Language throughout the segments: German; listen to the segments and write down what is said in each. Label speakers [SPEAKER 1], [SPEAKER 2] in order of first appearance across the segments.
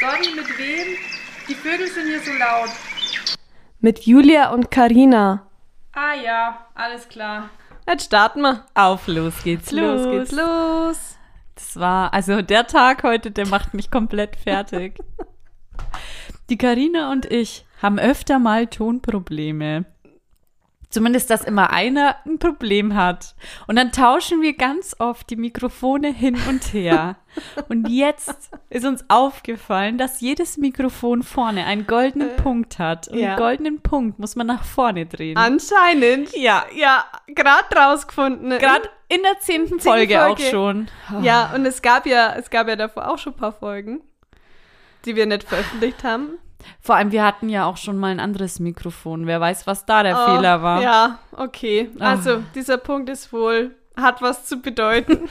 [SPEAKER 1] Wann, mit wem? Die Vögel sind hier so laut.
[SPEAKER 2] Mit Julia und Karina.
[SPEAKER 1] Ah ja, alles klar.
[SPEAKER 3] Jetzt starten wir. Auf, los geht's los.
[SPEAKER 2] geht's los.
[SPEAKER 3] Das war, also der Tag heute, der macht mich komplett fertig. Die Karina und ich haben öfter mal Tonprobleme. Zumindest, dass immer einer ein Problem hat. Und dann tauschen wir ganz oft die Mikrofone hin und her. Und jetzt ist uns aufgefallen, dass jedes Mikrofon vorne einen goldenen Punkt hat. Und
[SPEAKER 2] ja.
[SPEAKER 3] den goldenen Punkt muss man nach vorne drehen.
[SPEAKER 2] Anscheinend.
[SPEAKER 3] ja,
[SPEAKER 2] Ja, gerade rausgefunden. ne?
[SPEAKER 3] gerade in der zehnten Folge, auch
[SPEAKER 2] Folge.
[SPEAKER 3] schon.
[SPEAKER 2] Ja, und es gab ja, es gab ja davor auch schon ein paar Folgen, die wir nicht veröffentlicht haben.
[SPEAKER 3] Vor allem, wir hatten ja auch schon mal ein anderes Mikrofon. Wer weiß, was da der Fehler war.
[SPEAKER 2] Oh, Ja, okay.
[SPEAKER 3] Ah.
[SPEAKER 2] Also, dieser Punkt ist wohl, hat was zu bedeuten.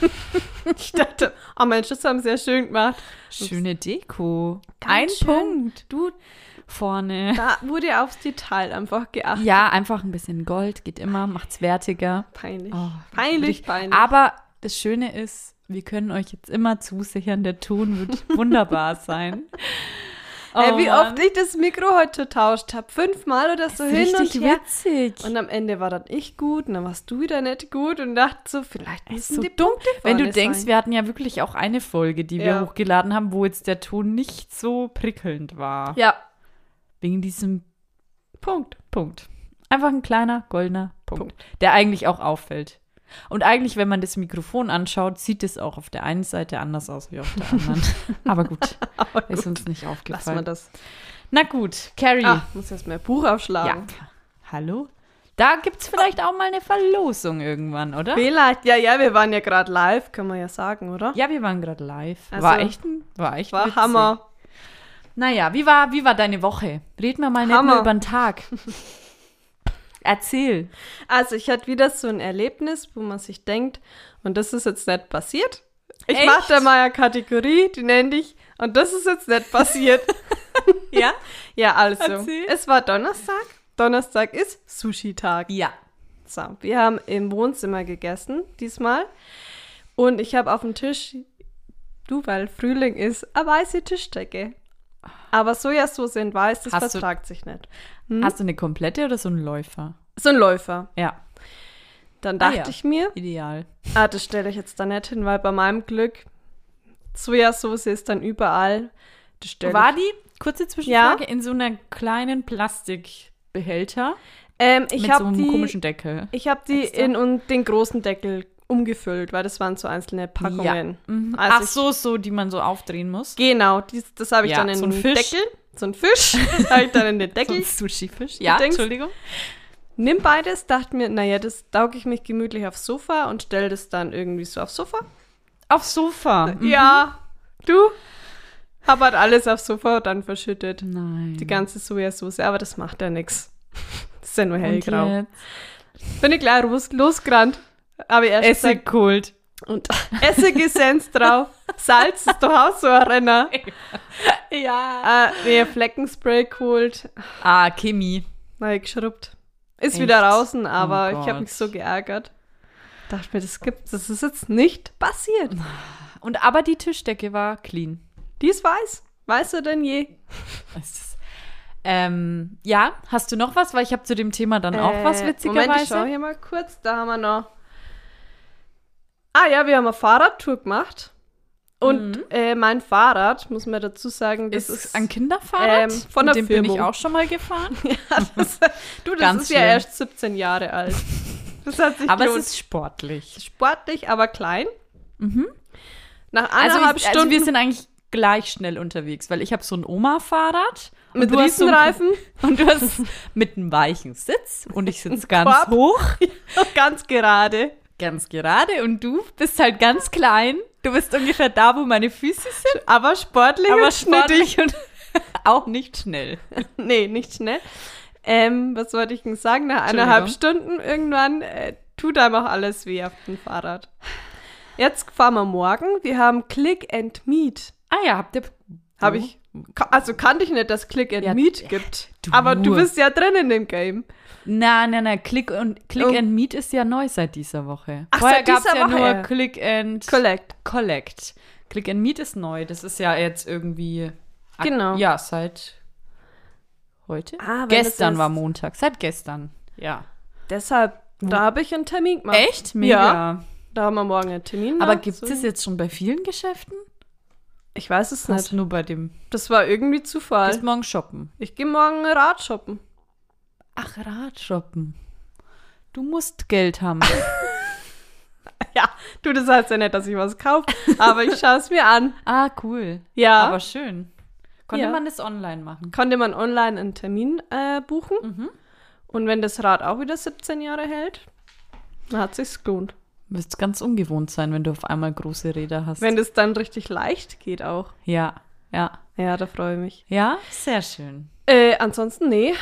[SPEAKER 2] ich dachte, oh Mensch, das haben sie ja schön gemacht.
[SPEAKER 3] Schöne Deko. Ein
[SPEAKER 2] Ganz schön.
[SPEAKER 3] Punkt. Du vorne.
[SPEAKER 2] Da wurde aufs Detail einfach geachtet.
[SPEAKER 3] Ja, einfach ein bisschen Gold geht immer, macht's wertiger.
[SPEAKER 2] Peinlich. Äh,
[SPEAKER 3] Oh,
[SPEAKER 2] peinlich,
[SPEAKER 3] richtig.
[SPEAKER 2] peinlich.
[SPEAKER 3] Aber das Schöne ist, wir können euch jetzt immer zusichern, der Ton wird wunderbar sein.
[SPEAKER 2] Ey,
[SPEAKER 3] Oh
[SPEAKER 2] Äh, wie
[SPEAKER 3] Mann.
[SPEAKER 2] oft ich das Mikro heute getauscht habe. Fünfmal oder so hin
[SPEAKER 3] Richtig
[SPEAKER 2] und her.
[SPEAKER 3] witzig.
[SPEAKER 2] Und am Ende war dann ich gut und dann warst du wieder nicht gut und dachte so, vielleicht
[SPEAKER 3] Es
[SPEAKER 2] müssen
[SPEAKER 3] ist so
[SPEAKER 2] die
[SPEAKER 3] dumm,
[SPEAKER 2] Punkte
[SPEAKER 3] wenn du
[SPEAKER 2] vorne
[SPEAKER 3] denkst,
[SPEAKER 2] sein.
[SPEAKER 3] wir hatten ja wirklich auch eine Folge, die wir
[SPEAKER 2] Ja.
[SPEAKER 3] hochgeladen haben, wo jetzt der Ton nicht so prickelnd war.
[SPEAKER 2] Ja,
[SPEAKER 3] Wegen diesem
[SPEAKER 2] Punkt.
[SPEAKER 3] Punkt. Einfach ein kleiner goldener Punkt,
[SPEAKER 2] Punkt.
[SPEAKER 3] der eigentlich auch auffällt. Und eigentlich, wenn man das Mikrofon anschaut, sieht es auch auf der einen Seite anders aus wie auf der anderen. Aber gut, ist uns nicht
[SPEAKER 2] Lass mal
[SPEAKER 3] aufgefallen.
[SPEAKER 2] das.
[SPEAKER 3] Na gut, Carrie.
[SPEAKER 2] Ah, ähm. muss jetzt mehr Buch
[SPEAKER 3] ja.
[SPEAKER 2] aufschlagen.
[SPEAKER 3] Hallo? Da gibt's vielleicht auch mal eine Verlosung irgendwann, oder?
[SPEAKER 2] Vielleicht, ja, ja, wir waren ja gerade live, kann man ja sagen, oder?
[SPEAKER 3] Ja, wir waren gerade live.
[SPEAKER 2] Also,
[SPEAKER 3] war echt ein, war echt
[SPEAKER 2] War
[SPEAKER 3] witzig.
[SPEAKER 2] Hammer.
[SPEAKER 3] Naja, wie war, wie war deine Woche? Reden wir mal nicht
[SPEAKER 2] Hammer.
[SPEAKER 3] nur über den Tag. Erzähl.
[SPEAKER 2] Also, ich hatte wieder so ein Erlebnis, wo man sich denkt, und das ist jetzt nicht passiert. Ich
[SPEAKER 3] Echt?
[SPEAKER 2] mache da mal eine Kategorie, die nenne ich, und das ist jetzt nicht passiert.
[SPEAKER 3] Ja?
[SPEAKER 2] ja, also,
[SPEAKER 3] Erzähl.
[SPEAKER 2] es war Donnerstag. Donnerstag ist Sushi-Tag.
[SPEAKER 3] Ja.
[SPEAKER 2] So, wir haben im Wohnzimmer gegessen diesmal. Und ich habe auf dem Tisch, du, weil Frühling ist, eine weiße Tischdecke. Aber Sojasauce in Weiß, das
[SPEAKER 3] Hast du-
[SPEAKER 2] vertragt sich nicht. Mhm.
[SPEAKER 3] Hast du eine komplette oder so einen Läufer?
[SPEAKER 2] So ein Läufer.
[SPEAKER 3] Ja,
[SPEAKER 2] Dann
[SPEAKER 3] Ah,
[SPEAKER 2] dachte
[SPEAKER 3] ja.
[SPEAKER 2] ich mir,
[SPEAKER 3] ideal.
[SPEAKER 2] ah, das stelle ich jetzt da nicht hin, weil bei meinem Glück Sojasauce ist dann überall. Das stell
[SPEAKER 3] War
[SPEAKER 2] ich.
[SPEAKER 3] die, kurze Zwischenfrage,
[SPEAKER 2] Ja.
[SPEAKER 3] in so einer kleinen Plastikbehälter
[SPEAKER 2] Ähm, ich
[SPEAKER 3] mit so
[SPEAKER 2] habe
[SPEAKER 3] einem
[SPEAKER 2] die,
[SPEAKER 3] komischen Deckel?
[SPEAKER 2] ich hab die
[SPEAKER 3] Extra.
[SPEAKER 2] in und den großen Deckel umgefüllt, weil das waren so einzelne Packungen.
[SPEAKER 3] Ja. Mhm.
[SPEAKER 2] Also
[SPEAKER 3] Ach
[SPEAKER 2] ich-
[SPEAKER 3] so, so, die man so aufdrehen muss.
[SPEAKER 2] Genau, dies, das habe ich
[SPEAKER 3] Ja,
[SPEAKER 2] dann in
[SPEAKER 3] so ein
[SPEAKER 2] den
[SPEAKER 3] Fisch.
[SPEAKER 2] Deckel. So ein Fisch habe ich dann in den
[SPEAKER 3] So
[SPEAKER 2] Deckel.
[SPEAKER 3] ein Sushi-Fisch. Ja,
[SPEAKER 2] denkst-
[SPEAKER 3] Entschuldigung.
[SPEAKER 2] Nimm beides, dachte mir, naja, das tauge ich mich gemütlich aufs Sofa und stell das dann irgendwie so aufs Sofa.
[SPEAKER 3] Aufs Sofa. Mhm.
[SPEAKER 2] Ja, du. Hab halt alles aufs Sofa dann verschüttet.
[SPEAKER 3] Nein.
[SPEAKER 2] Die ganze Sojasauce, aber das macht ja nichts. Das ist ja nur
[SPEAKER 3] Und
[SPEAKER 2] hellgrau.
[SPEAKER 3] jetzt?
[SPEAKER 2] Bin ich gleich los, losgerannt. Aber erst gesagt,
[SPEAKER 3] Essig kult.
[SPEAKER 2] und Essigessenz drauf. Salz ist doch auch so ein Renner.
[SPEAKER 3] Ja.
[SPEAKER 2] Äh, nee, Fleckenspray geholt.
[SPEAKER 3] Ah, Chemie.
[SPEAKER 2] neu geschrubbt. Ist
[SPEAKER 3] Echt?
[SPEAKER 2] wieder draußen, aber
[SPEAKER 3] Oh
[SPEAKER 2] ich habe
[SPEAKER 3] Gott.
[SPEAKER 2] mich so geärgert. Dachte mir, das gibt's, das ist jetzt nicht passiert.
[SPEAKER 3] Und aber die Tischdecke war clean.
[SPEAKER 2] Die ist weiß. Weißer denn je.
[SPEAKER 3] Es ist- Ähm, ja, hast du noch was? Weil ich habe zu dem Thema dann auch was
[SPEAKER 2] Äh, Moment, ich schau
[SPEAKER 3] witzigerweise.
[SPEAKER 2] hier mal kurz. Da haben wir noch. Ah ja, wir haben eine Fahrradtour gemacht. Und äh, mein Fahrrad, muss man dazu sagen, das
[SPEAKER 3] Mhm.
[SPEAKER 2] ist,
[SPEAKER 3] Ist es ein
[SPEAKER 2] ähm,
[SPEAKER 3] Kinderfahrrad?
[SPEAKER 2] von
[SPEAKER 3] Mit
[SPEAKER 2] der
[SPEAKER 3] dem bin ich
[SPEAKER 2] Firma.
[SPEAKER 3] auch schon mal gefahren.
[SPEAKER 2] das, Du, das
[SPEAKER 3] Ganz
[SPEAKER 2] ist ja
[SPEAKER 3] schlimm.
[SPEAKER 2] erst 17 Jahre alt. Das hat sich
[SPEAKER 3] aber es
[SPEAKER 2] gelohnt.
[SPEAKER 3] ist sportlich.
[SPEAKER 2] sportlich, aber klein. Nach
[SPEAKER 3] Also,
[SPEAKER 2] anderthalb
[SPEAKER 3] ich-
[SPEAKER 2] Stunden
[SPEAKER 3] also wir sind eigentlich gleich schnell unterwegs, weil ich habe so ein Oma-Fahrrad und
[SPEAKER 2] mit
[SPEAKER 3] du hast so ein-
[SPEAKER 2] Riesenreifen.
[SPEAKER 3] und du hast mit einem weichen Sitz und ich sitze ganz
[SPEAKER 2] Korb.
[SPEAKER 3] hoch,
[SPEAKER 2] ganz gerade.
[SPEAKER 3] ganz gerade und du bist halt ganz klein. Du bist ungefähr da, wo meine Füße sind,
[SPEAKER 2] Aber sportlich
[SPEAKER 3] aber
[SPEAKER 2] und schnittig.
[SPEAKER 3] sportlich und auch nicht schnell.
[SPEAKER 2] Nee, nicht schnell. Ähm, was wollte ich denn sagen? Nach eineinhalb Stunden irgendwann äh, tut einem auch alles weh auf dem Fahrrad. Jetzt fahren wir morgen. Wir haben Click and Meet.
[SPEAKER 3] Ah ja, habt ihr
[SPEAKER 2] Habe ich. ka- Also kannte ich nicht, dass Click and
[SPEAKER 3] Oh. Ja,
[SPEAKER 2] Meet gibt.
[SPEAKER 3] du.
[SPEAKER 2] Aber du bist ja drin in dem Game.
[SPEAKER 3] Na, na, na, Click und Click
[SPEAKER 2] Oh.
[SPEAKER 3] and Meet ist ja neu seit dieser Woche.
[SPEAKER 2] Ach,
[SPEAKER 3] Vorher
[SPEAKER 2] seit
[SPEAKER 3] gab's
[SPEAKER 2] dieser
[SPEAKER 3] ja
[SPEAKER 2] Woche.
[SPEAKER 3] nur Click and
[SPEAKER 2] Collect.
[SPEAKER 3] Collect. Click and Meet ist neu. Das ist ja jetzt irgendwie Ak-
[SPEAKER 2] Genau.
[SPEAKER 3] Ja, seit heute?
[SPEAKER 2] Ah, wenn
[SPEAKER 3] gestern
[SPEAKER 2] das
[SPEAKER 3] war
[SPEAKER 2] ist-
[SPEAKER 3] Montag. Seit gestern. Ja.
[SPEAKER 2] Deshalb, da habe ich einen Termin gemacht.
[SPEAKER 3] Echt?
[SPEAKER 2] Ja.
[SPEAKER 3] Mega.
[SPEAKER 2] Da haben wir morgen einen Termin.
[SPEAKER 3] Aber
[SPEAKER 2] nach,
[SPEAKER 3] gibt
[SPEAKER 2] so.
[SPEAKER 3] es das jetzt schon bei vielen Geschäften?
[SPEAKER 2] Ich weiß es
[SPEAKER 3] Das
[SPEAKER 2] nicht.
[SPEAKER 3] ist nur bei dem.
[SPEAKER 2] Das war irgendwie Zufall.
[SPEAKER 3] Bis morgen shoppen.
[SPEAKER 2] Ich gehe morgen Rad shoppen.
[SPEAKER 3] Ach, Radshoppen. Du musst Geld haben.
[SPEAKER 2] Ja, du, das heißt ja nicht, dass ich was kaufe, aber ich schaue es mir an.
[SPEAKER 3] ah, cool.
[SPEAKER 2] Ja,
[SPEAKER 3] Aber schön. Konnte
[SPEAKER 2] Ja.
[SPEAKER 3] man das online machen?
[SPEAKER 2] konnte man online einen Termin äh, buchen.
[SPEAKER 3] Mhm.
[SPEAKER 2] Und wenn das Rad auch wieder 17 Jahre hält, dann hat sich's gelohnt.
[SPEAKER 3] Müsste ganz ungewohnt sein, wenn du auf einmal große Räder hast.
[SPEAKER 2] Wenn das dann richtig leicht geht auch.
[SPEAKER 3] ja, ja.
[SPEAKER 2] Ja, da freue ich mich.
[SPEAKER 3] Ja, sehr schön.
[SPEAKER 2] Äh, ansonsten, nee,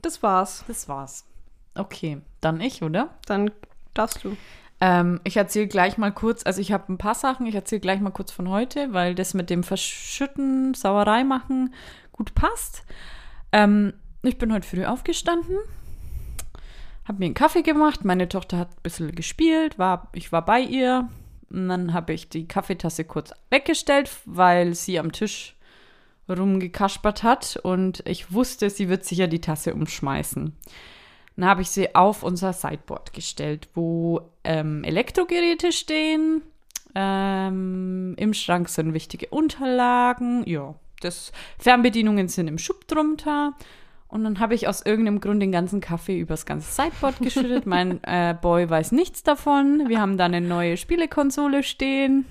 [SPEAKER 2] das war's.
[SPEAKER 3] Das war's. Okay, dann ich, oder?
[SPEAKER 2] Dann darfst du.
[SPEAKER 3] Ähm, ich erzähle gleich mal kurz, also ich habe ein paar Sachen, ich erzähle gleich mal kurz von heute, weil das mit dem Verschütten, Sauerei machen gut passt. Ähm, ich bin heute früh aufgestanden, habe mir einen Kaffee gemacht, meine Tochter hat ein bisschen gespielt, war, ich war bei ihr und dann habe ich die Kaffeetasse kurz weggestellt, weil sie am Tisch rumgekaspert hat und ich wusste, sie wird sicher die Tasse umschmeißen. Dann habe ich sie auf unser Sideboard gestellt, wo ähm, Elektrogeräte stehen. Ähm, Im Schrank sind wichtige Unterlagen. Ja, das Fernbedienungen sind im Schub drunter. Und dann habe ich aus irgendeinem Grund den ganzen Kaffee übers ganze Sideboard geschüttet. mein äh, Boy weiß nichts davon. Wir haben da eine neue Spielekonsole stehen.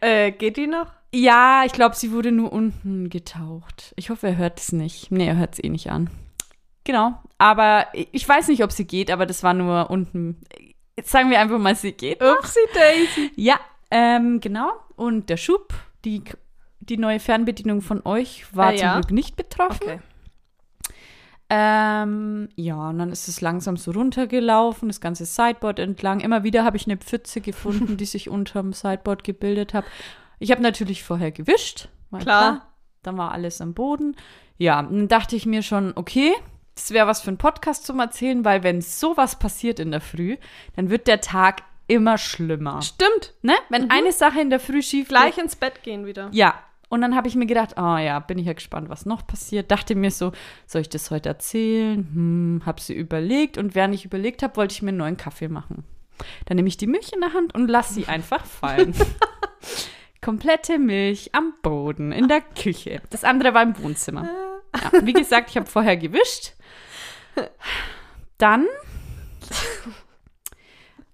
[SPEAKER 2] Äh, geht die noch?
[SPEAKER 3] Ja, ich glaube, sie wurde nur unten getaucht. Ich hoffe, er hört es nicht. Nee, er hört es eh nicht an. Genau. Aber i- ich weiß nicht, ob sie geht, aber das war nur unten. Jetzt sagen wir einfach mal, sie geht.
[SPEAKER 2] Upsi Daisy.
[SPEAKER 3] Ja, ähm, genau. Und der Schub, die, die neue Fernbedienung von euch, war
[SPEAKER 2] Ah, ja.
[SPEAKER 3] zum Glück nicht betroffen.
[SPEAKER 2] Okay.
[SPEAKER 3] Ähm, ja, und dann ist es langsam so runtergelaufen, das ganze Sideboard entlang. Immer wieder habe ich eine Pfütze gefunden, die sich unterm Sideboard gebildet hat. Ich habe natürlich vorher gewischt. war
[SPEAKER 2] Klar.
[SPEAKER 3] Dann war alles am Boden. Ja, und dann dachte ich mir schon, okay, das wäre was für einen Podcast zum Erzählen, weil wenn sowas passiert in der Früh, dann wird der Tag immer schlimmer.
[SPEAKER 2] Stimmt.
[SPEAKER 3] Ne? Wenn eine Sache in der Früh schief
[SPEAKER 2] Mhm. Gleich ins Bett gehen wieder.
[SPEAKER 3] ja, und dann habe ich mir gedacht, ah ja, bin ich ja gespannt, was noch passiert. Dachte mir so, soll ich das heute erzählen? Hm, habe sie überlegt und während ich überlegt habe, wollte ich mir einen neuen Kaffee machen. Dann nehme ich die Milch in der Hand und lass sie einfach fallen. Komplette Milch am Boden in der Küche. Das andere war im Wohnzimmer. Ja, wie gesagt, ich habe vorher gewischt. Dann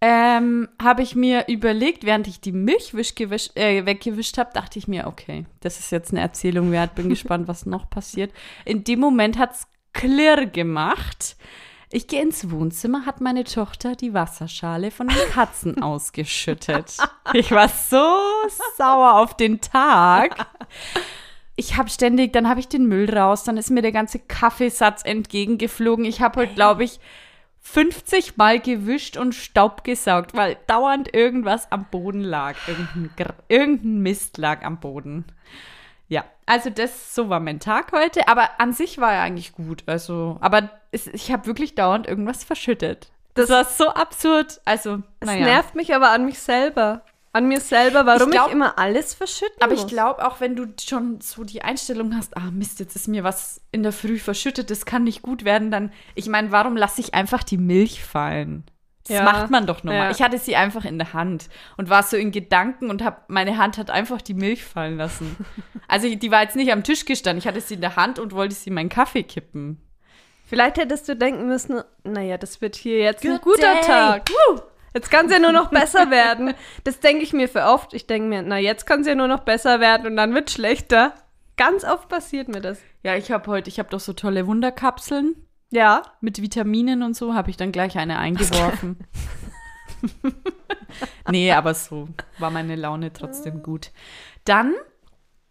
[SPEAKER 3] ähm, habe ich mir überlegt, während ich die Milch wisch- gewisch, äh, weggewischt habe, dachte ich mir, okay, das ist jetzt eine Erzählung wert, bin gespannt, was noch passiert. In dem Moment hat es klirr gemacht. Ich gehe ins Wohnzimmer, hat meine Tochter die Wasserschale von den Katzen ausgeschüttet. Ich war so sauer auf den Tag ich habe ständig, dann habe ich den Müll raus, dann ist mir der ganze Kaffeesatz entgegengeflogen. Ich habe heute, glaube ich, 50 Mal gewischt und Staub gesaugt, weil dauernd irgendwas am Boden lag. Irgendein, Gr- irgendein Mist lag am Boden. Ja, also das, so war mein Tag heute. Aber an sich war er eigentlich gut. Also, aber es, ich habe wirklich dauernd irgendwas verschüttet. Das, war so absurd. Also,
[SPEAKER 2] Es
[SPEAKER 3] naja.
[SPEAKER 2] nervt mich aber an mich selber. An mir selber, warum ich,
[SPEAKER 3] glaub-
[SPEAKER 2] immer alles verschütten
[SPEAKER 3] Aber ich
[SPEAKER 2] muss.
[SPEAKER 3] glaube, auch wenn du schon so die Einstellung hast, ah Mist, jetzt ist mir was in der Früh verschüttet, das kann nicht gut werden, dann, ich meine, warum lasse ich einfach die Milch fallen? Das
[SPEAKER 2] Ja.
[SPEAKER 3] macht man doch normal.
[SPEAKER 2] Ja.
[SPEAKER 3] Ich hatte sie einfach in der Hand und war so in Gedanken und hab, meine Hand hat einfach die Milch fallen lassen. Also die war jetzt nicht am Tisch gestanden, ich hatte sie in der Hand und wollte sie in meinen Kaffee kippen.
[SPEAKER 2] Vielleicht hättest du denken müssen, naja, das wird hier jetzt ein
[SPEAKER 3] Good
[SPEAKER 2] guter
[SPEAKER 3] day.
[SPEAKER 2] Tag. Woo! Jetzt kann es ja nur noch besser werden. Das denke ich mir für oft. Ich denke mir, na, jetzt kann es ja nur noch besser werden und dann wird schlechter. Ganz oft passiert mir das.
[SPEAKER 3] Ja, ich habe heute, ich habe doch so tolle Wunderkapseln
[SPEAKER 2] Ja.
[SPEAKER 3] mit Vitaminen und so, habe ich dann gleich eine eingeworfen. nee, aber so war meine Laune trotzdem gut. Dann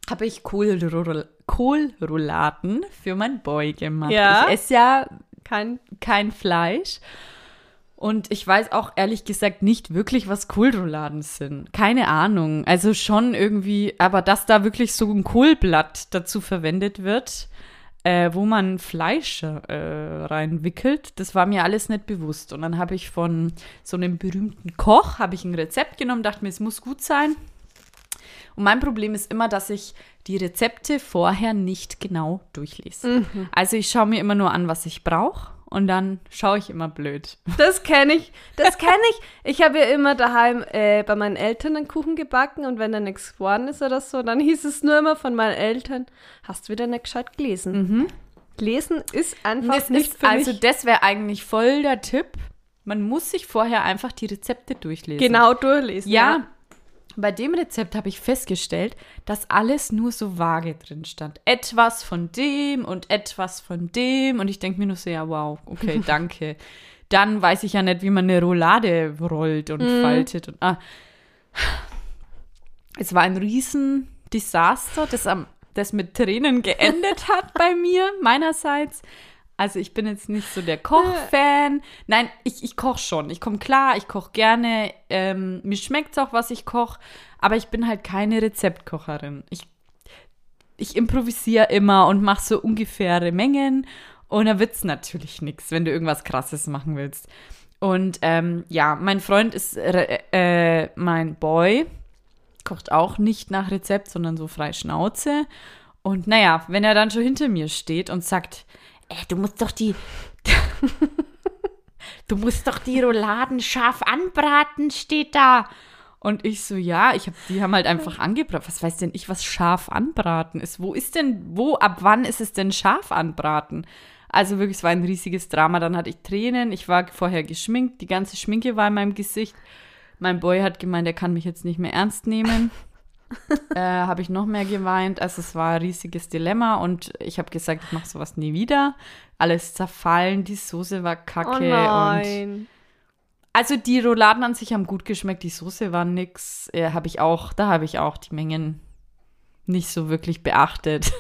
[SPEAKER 3] habe ich Kohlroul- Kohlrouladen für mein Boy gemacht.
[SPEAKER 2] Ja.
[SPEAKER 3] Ich esse ja
[SPEAKER 2] Kein.
[SPEAKER 3] kein Fleisch. Und ich weiß auch ehrlich gesagt nicht wirklich, was Kohlrouladen sind. Keine Ahnung. Also schon irgendwie, aber dass da wirklich so ein Kohlblatt dazu verwendet wird, äh, wo man Fleisch äh, reinwickelt, das war mir alles nicht bewusst. Und dann habe ich von so einem berühmten Koch, habe ich ein Rezept genommen, dachte mir, es muss gut sein. Und mein Problem ist immer, dass ich die Rezepte vorher nicht genau durchlese.
[SPEAKER 2] Mhm.
[SPEAKER 3] Also ich schaue mir immer nur an, was ich brauche und dann schaue ich immer blöd.
[SPEAKER 2] Das kenne ich, das kenne ich. Ich habe ja immer daheim äh, bei meinen Eltern einen Kuchen gebacken und wenn da nichts geworden ist oder so, dann hieß es nur immer von meinen Eltern, hast wieder nicht gescheit gelesen.
[SPEAKER 3] Mhm.
[SPEAKER 2] Lesen ist einfach
[SPEAKER 3] Das
[SPEAKER 2] nicht
[SPEAKER 3] ist-
[SPEAKER 2] für
[SPEAKER 3] also
[SPEAKER 2] mich.
[SPEAKER 3] das wäre eigentlich voll der Tipp. Man muss sich vorher einfach die Rezepte durchlesen.
[SPEAKER 2] Genau durchlesen.
[SPEAKER 3] Ja. Bei dem Rezept habe ich festgestellt, dass alles nur so vage drin stand. Etwas von dem und etwas von dem. Und ich denke mir nur so, ja, wow, okay, danke. Dann weiß ich ja nicht, wie man eine Roulade rollt und faltet. Und, ah. Es war ein Riesendesaster, das, am, das mit Tränen geendet hat bei mir, meinerseits. Also ich bin jetzt nicht so der Kochfan. Nein, ich, ich koche schon. Ich komme klar, ich koche gerne. Ähm, mir schmeckt auch, was ich koche. Aber ich bin halt keine Rezeptkocherin. Ich, ich improvisiere immer und mache so ungefähre Mengen. Und da wird's natürlich nichts, wenn du irgendwas Krasses machen willst. Und ähm, ja, mein Freund ist re- äh, mein Boy, kocht auch nicht nach Rezept, sondern so frei Schnauze. Und naja, wenn er dann schon hinter mir steht und sagt, äh, du musst doch die. du musst doch die Rouladen scharf anbraten, steht da. Und ich so, ja, ich hab, die haben halt einfach angebraten. Was weiß denn ich, was scharf anbraten ist? Wo ist denn, wo, ab wann ist es denn scharf anbraten? Also wirklich, es war ein riesiges Drama. Dann hatte ich Tränen, ich war vorher geschminkt, die ganze Schminke war in meinem Gesicht. Mein Boy hat gemeint, er kann mich jetzt nicht mehr ernst nehmen äh, habe ich noch mehr geweint. Also es war ein riesiges Dilemma und ich habe gesagt, ich mache sowas nie wieder. Alles zerfallen, die Soße war
[SPEAKER 2] Oh
[SPEAKER 3] kacke. und
[SPEAKER 2] nein.
[SPEAKER 3] also die Rouladen an sich haben gut geschmeckt, die Soße war nix. Äh, habe ich auch, da habe ich auch die Mengen nicht so wirklich beachtet.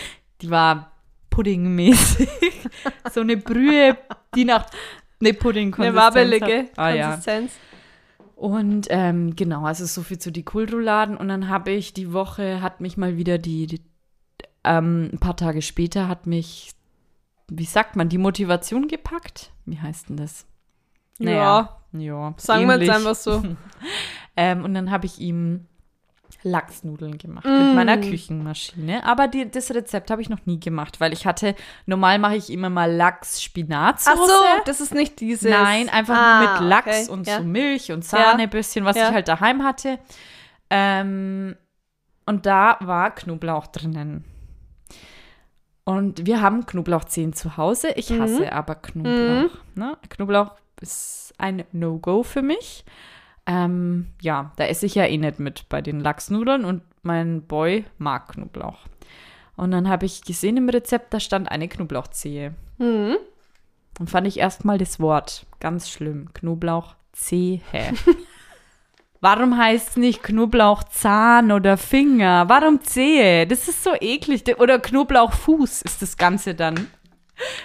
[SPEAKER 3] Die war puddingmäßig. so eine Brühe, die nach eine
[SPEAKER 2] Eine
[SPEAKER 3] Puddingkonsistenz
[SPEAKER 2] wabbelige
[SPEAKER 3] hat. Ah, ja.
[SPEAKER 2] Konsistenz.
[SPEAKER 3] Und ähm, genau, also so viel zu die Kohlrouladen. Und dann habe ich die Woche, hat mich mal wieder die, die ähm, ein paar Tage später hat mich, wie sagt man, die Motivation gepackt. Wie heißt denn das?
[SPEAKER 2] Ja.
[SPEAKER 3] ja
[SPEAKER 2] Sagen wir jetzt
[SPEAKER 3] ähnlich.
[SPEAKER 2] einfach so.
[SPEAKER 3] Ähm, und dann habe ich ihm Lachsnudeln gemacht
[SPEAKER 2] Mm.
[SPEAKER 3] mit meiner Küchenmaschine. Aber die, das Rezept habe ich noch nie gemacht, weil ich hatte, normal mache ich immer mal Lachs-Spinatsoße.
[SPEAKER 2] Ach so, das ist nicht dieses.
[SPEAKER 3] Nein, einfach
[SPEAKER 2] Ah,
[SPEAKER 3] nur mit Lachs
[SPEAKER 2] okay,
[SPEAKER 3] und
[SPEAKER 2] ja.
[SPEAKER 3] so Milch und Sahne,
[SPEAKER 2] Ja.
[SPEAKER 3] bisschen, was
[SPEAKER 2] Ja.
[SPEAKER 3] ich halt daheim hatte. Ähm, und da war Knoblauch drinnen. Und wir haben Knoblauchzehen zu Hause. Ich
[SPEAKER 2] Mhm.
[SPEAKER 3] hasse aber Knoblauch. Ne? Knoblauch ist ein No-Go für mich. Ähm, ja, da esse ich ja eh nicht mit bei den Lachsnudeln und mein Boy mag Knoblauch. Und dann habe ich gesehen im Rezept, da stand eine Knoblauchzehe.
[SPEAKER 2] Mhm.
[SPEAKER 3] Dann fand ich erstmal das Wort ganz schlimm. Knoblauchzehe. Warum heißt es nicht Knoblauchzahn oder Finger? Warum Zehe? Das ist so eklig. Oder Knoblauchfuß ist das Ganze dann.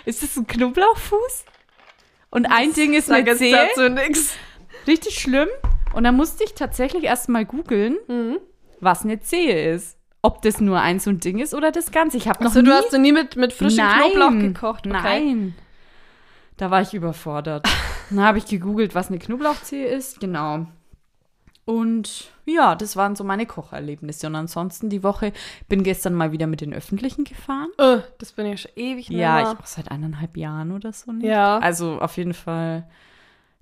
[SPEAKER 3] Ist das ein Knoblauchfuß? Und ein Ding ist
[SPEAKER 2] Sag
[SPEAKER 3] eine
[SPEAKER 2] jetzt
[SPEAKER 3] Zehe.
[SPEAKER 2] dazu nichts.
[SPEAKER 3] Richtig schlimm. Und dann musste ich tatsächlich erstmal googeln,
[SPEAKER 2] Mhm.
[SPEAKER 3] was eine Zehe ist. Ob das nur ein so ein Ding ist oder das Ganze. Ich habe noch
[SPEAKER 2] Also,
[SPEAKER 3] nie
[SPEAKER 2] du hast noch nie mit, mit frischem Knoblauch gekocht. Okay.
[SPEAKER 3] Nein. Da war ich überfordert. Dann habe ich gegoogelt, was eine Knoblauchzehe ist. Genau. Und ja, das waren so meine Kocherlebnisse. Und ansonsten die Woche bin gestern mal wieder mit den Öffentlichen gefahren.
[SPEAKER 2] Oh, das bin ich schon ewig nicht
[SPEAKER 3] Ja,
[SPEAKER 2] mehr.
[SPEAKER 3] ich auch seit eineinhalb Jahren oder so nicht.
[SPEAKER 2] Ja.
[SPEAKER 3] Also auf jeden Fall,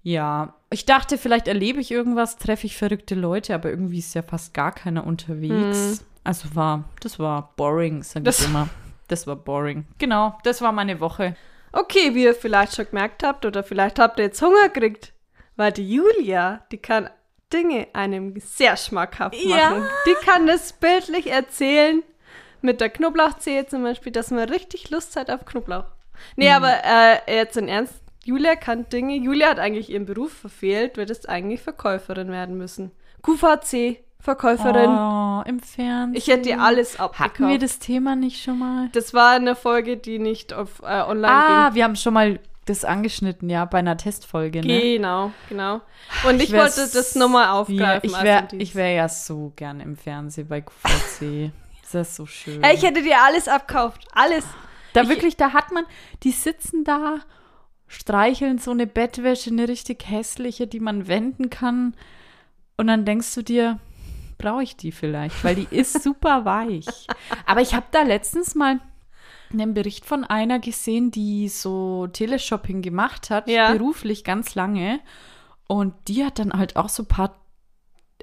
[SPEAKER 3] ja. Ich dachte, vielleicht erlebe ich irgendwas, treffe ich verrückte Leute, aber irgendwie ist ja fast gar keiner unterwegs. Also war, das war boring, sag ich
[SPEAKER 2] Hm. Das-
[SPEAKER 3] immer. Das war boring. Genau, das war meine Woche.
[SPEAKER 2] Okay, wie ihr vielleicht schon gemerkt habt oder vielleicht habt ihr jetzt Hunger gekriegt, weil die Julia, die kann Dinge einem sehr schmackhaft machen.
[SPEAKER 3] Ja.
[SPEAKER 2] Die kann das bildlich erzählen, mit der Knoblauchzehe zum Beispiel, dass man richtig Lust hat auf Knoblauch. Nee,
[SPEAKER 3] Mhm.
[SPEAKER 2] aber äh, jetzt im Ernst, Julia kann Dinge, Julia hat eigentlich ihren Beruf verfehlt, wird es eigentlich Verkäuferin werden müssen. QVC, Verkäuferin.
[SPEAKER 3] Oh, im Fernsehen.
[SPEAKER 2] Ich hätte dir alles abgekauft.
[SPEAKER 3] Hatten wir das Thema nicht schon mal?
[SPEAKER 2] Das war eine Folge, die nicht auf, äh, online ging.
[SPEAKER 3] Ah, wir haben schon mal das angeschnitten, ja, bei einer Testfolge, ne?
[SPEAKER 2] Genau, genau. Und ich,
[SPEAKER 3] wär's-
[SPEAKER 2] wollte das nochmal
[SPEAKER 3] Ja,
[SPEAKER 2] aufgreifen.
[SPEAKER 3] ich wäre
[SPEAKER 2] also dies-
[SPEAKER 3] ich wär ja so gern im Fernsehen bei QVC. ist das so schön.
[SPEAKER 2] Ey, ich hätte dir alles abkauft. Alles.
[SPEAKER 3] da wirklich, da hat man, die sitzen da, streicheln so eine Bettwäsche, eine richtig hässliche, die man wenden kann. Und dann denkst du dir, brauche ich die vielleicht, weil die ist super weich. Aber ich habe da letztens mal einen Bericht von einer gesehen, die so Teleshopping gemacht hat,
[SPEAKER 2] Ja.
[SPEAKER 3] beruflich ganz lange. Und die hat dann halt auch so ein paar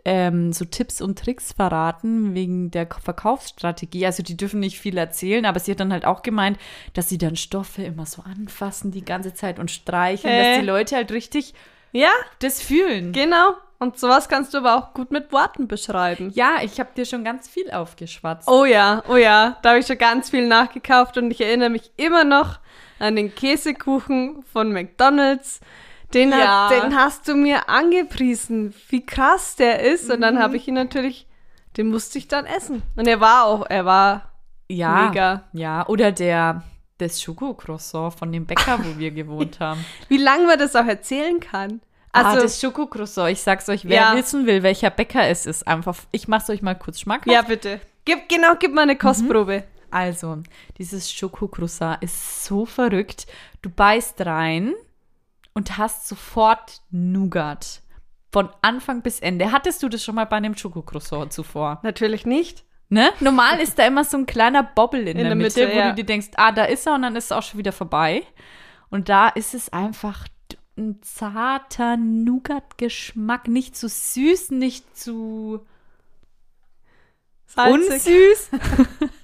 [SPEAKER 3] ähm, so Tipps und Tricks verraten wegen der K- Verkaufsstrategie. Also die dürfen nicht viel erzählen, aber sie hat dann halt auch gemeint, dass sie dann Stoffe immer so anfassen die ganze Zeit und streicheln,
[SPEAKER 2] Äh.
[SPEAKER 3] dass die Leute halt richtig
[SPEAKER 2] Ja,
[SPEAKER 3] das fühlen.
[SPEAKER 2] genau. Und sowas kannst du aber auch gut mit Worten beschreiben.
[SPEAKER 3] ja, ich habe dir schon ganz viel aufgeschwatzt.
[SPEAKER 2] Oh ja, oh ja, da habe ich schon ganz viel nachgekauft und ich erinnere mich immer noch an den Käsekuchen von McDonald's. Den,
[SPEAKER 3] Ja.
[SPEAKER 2] hat, den hast du mir angepriesen, wie krass der ist. Und dann
[SPEAKER 3] Mhm.
[SPEAKER 2] habe ich ihn natürlich, den musste ich dann essen. Und er war auch, er war,
[SPEAKER 3] Ja.
[SPEAKER 2] Mega.
[SPEAKER 3] Ja, oder der das Schokocroissant von dem Bäcker, wo wir gewohnt haben.
[SPEAKER 2] wie lange man das auch erzählen kann.
[SPEAKER 3] Also
[SPEAKER 2] Also,
[SPEAKER 3] ah, das Schokocroissant, ich sag's euch, wer
[SPEAKER 2] Ja.
[SPEAKER 3] wissen will, welcher Bäcker es ist, einfach ich mach's euch mal kurz schmackhaft.
[SPEAKER 2] ja bitte. Gib, genau, gib mal eine Kostprobe.
[SPEAKER 3] Also, dieses Schokocroissant ist so verrückt. Du beißt rein und hast sofort Nougat. Von Anfang bis Ende. Hattest du das schon mal bei einem Schokocroissant zuvor?
[SPEAKER 2] Natürlich nicht.
[SPEAKER 3] Ne? Normal ist da immer so ein kleiner Bobbel in, der,
[SPEAKER 2] der
[SPEAKER 3] Mitte,
[SPEAKER 2] Mitte,
[SPEAKER 3] wo
[SPEAKER 2] ja.
[SPEAKER 3] du dir denkst, ah, da ist er und dann ist er auch schon wieder vorbei. Und da ist es einfach ein zarter Nougat-Geschmack. Nicht zu süß, nicht zu
[SPEAKER 2] Salzig.
[SPEAKER 3] unsüß.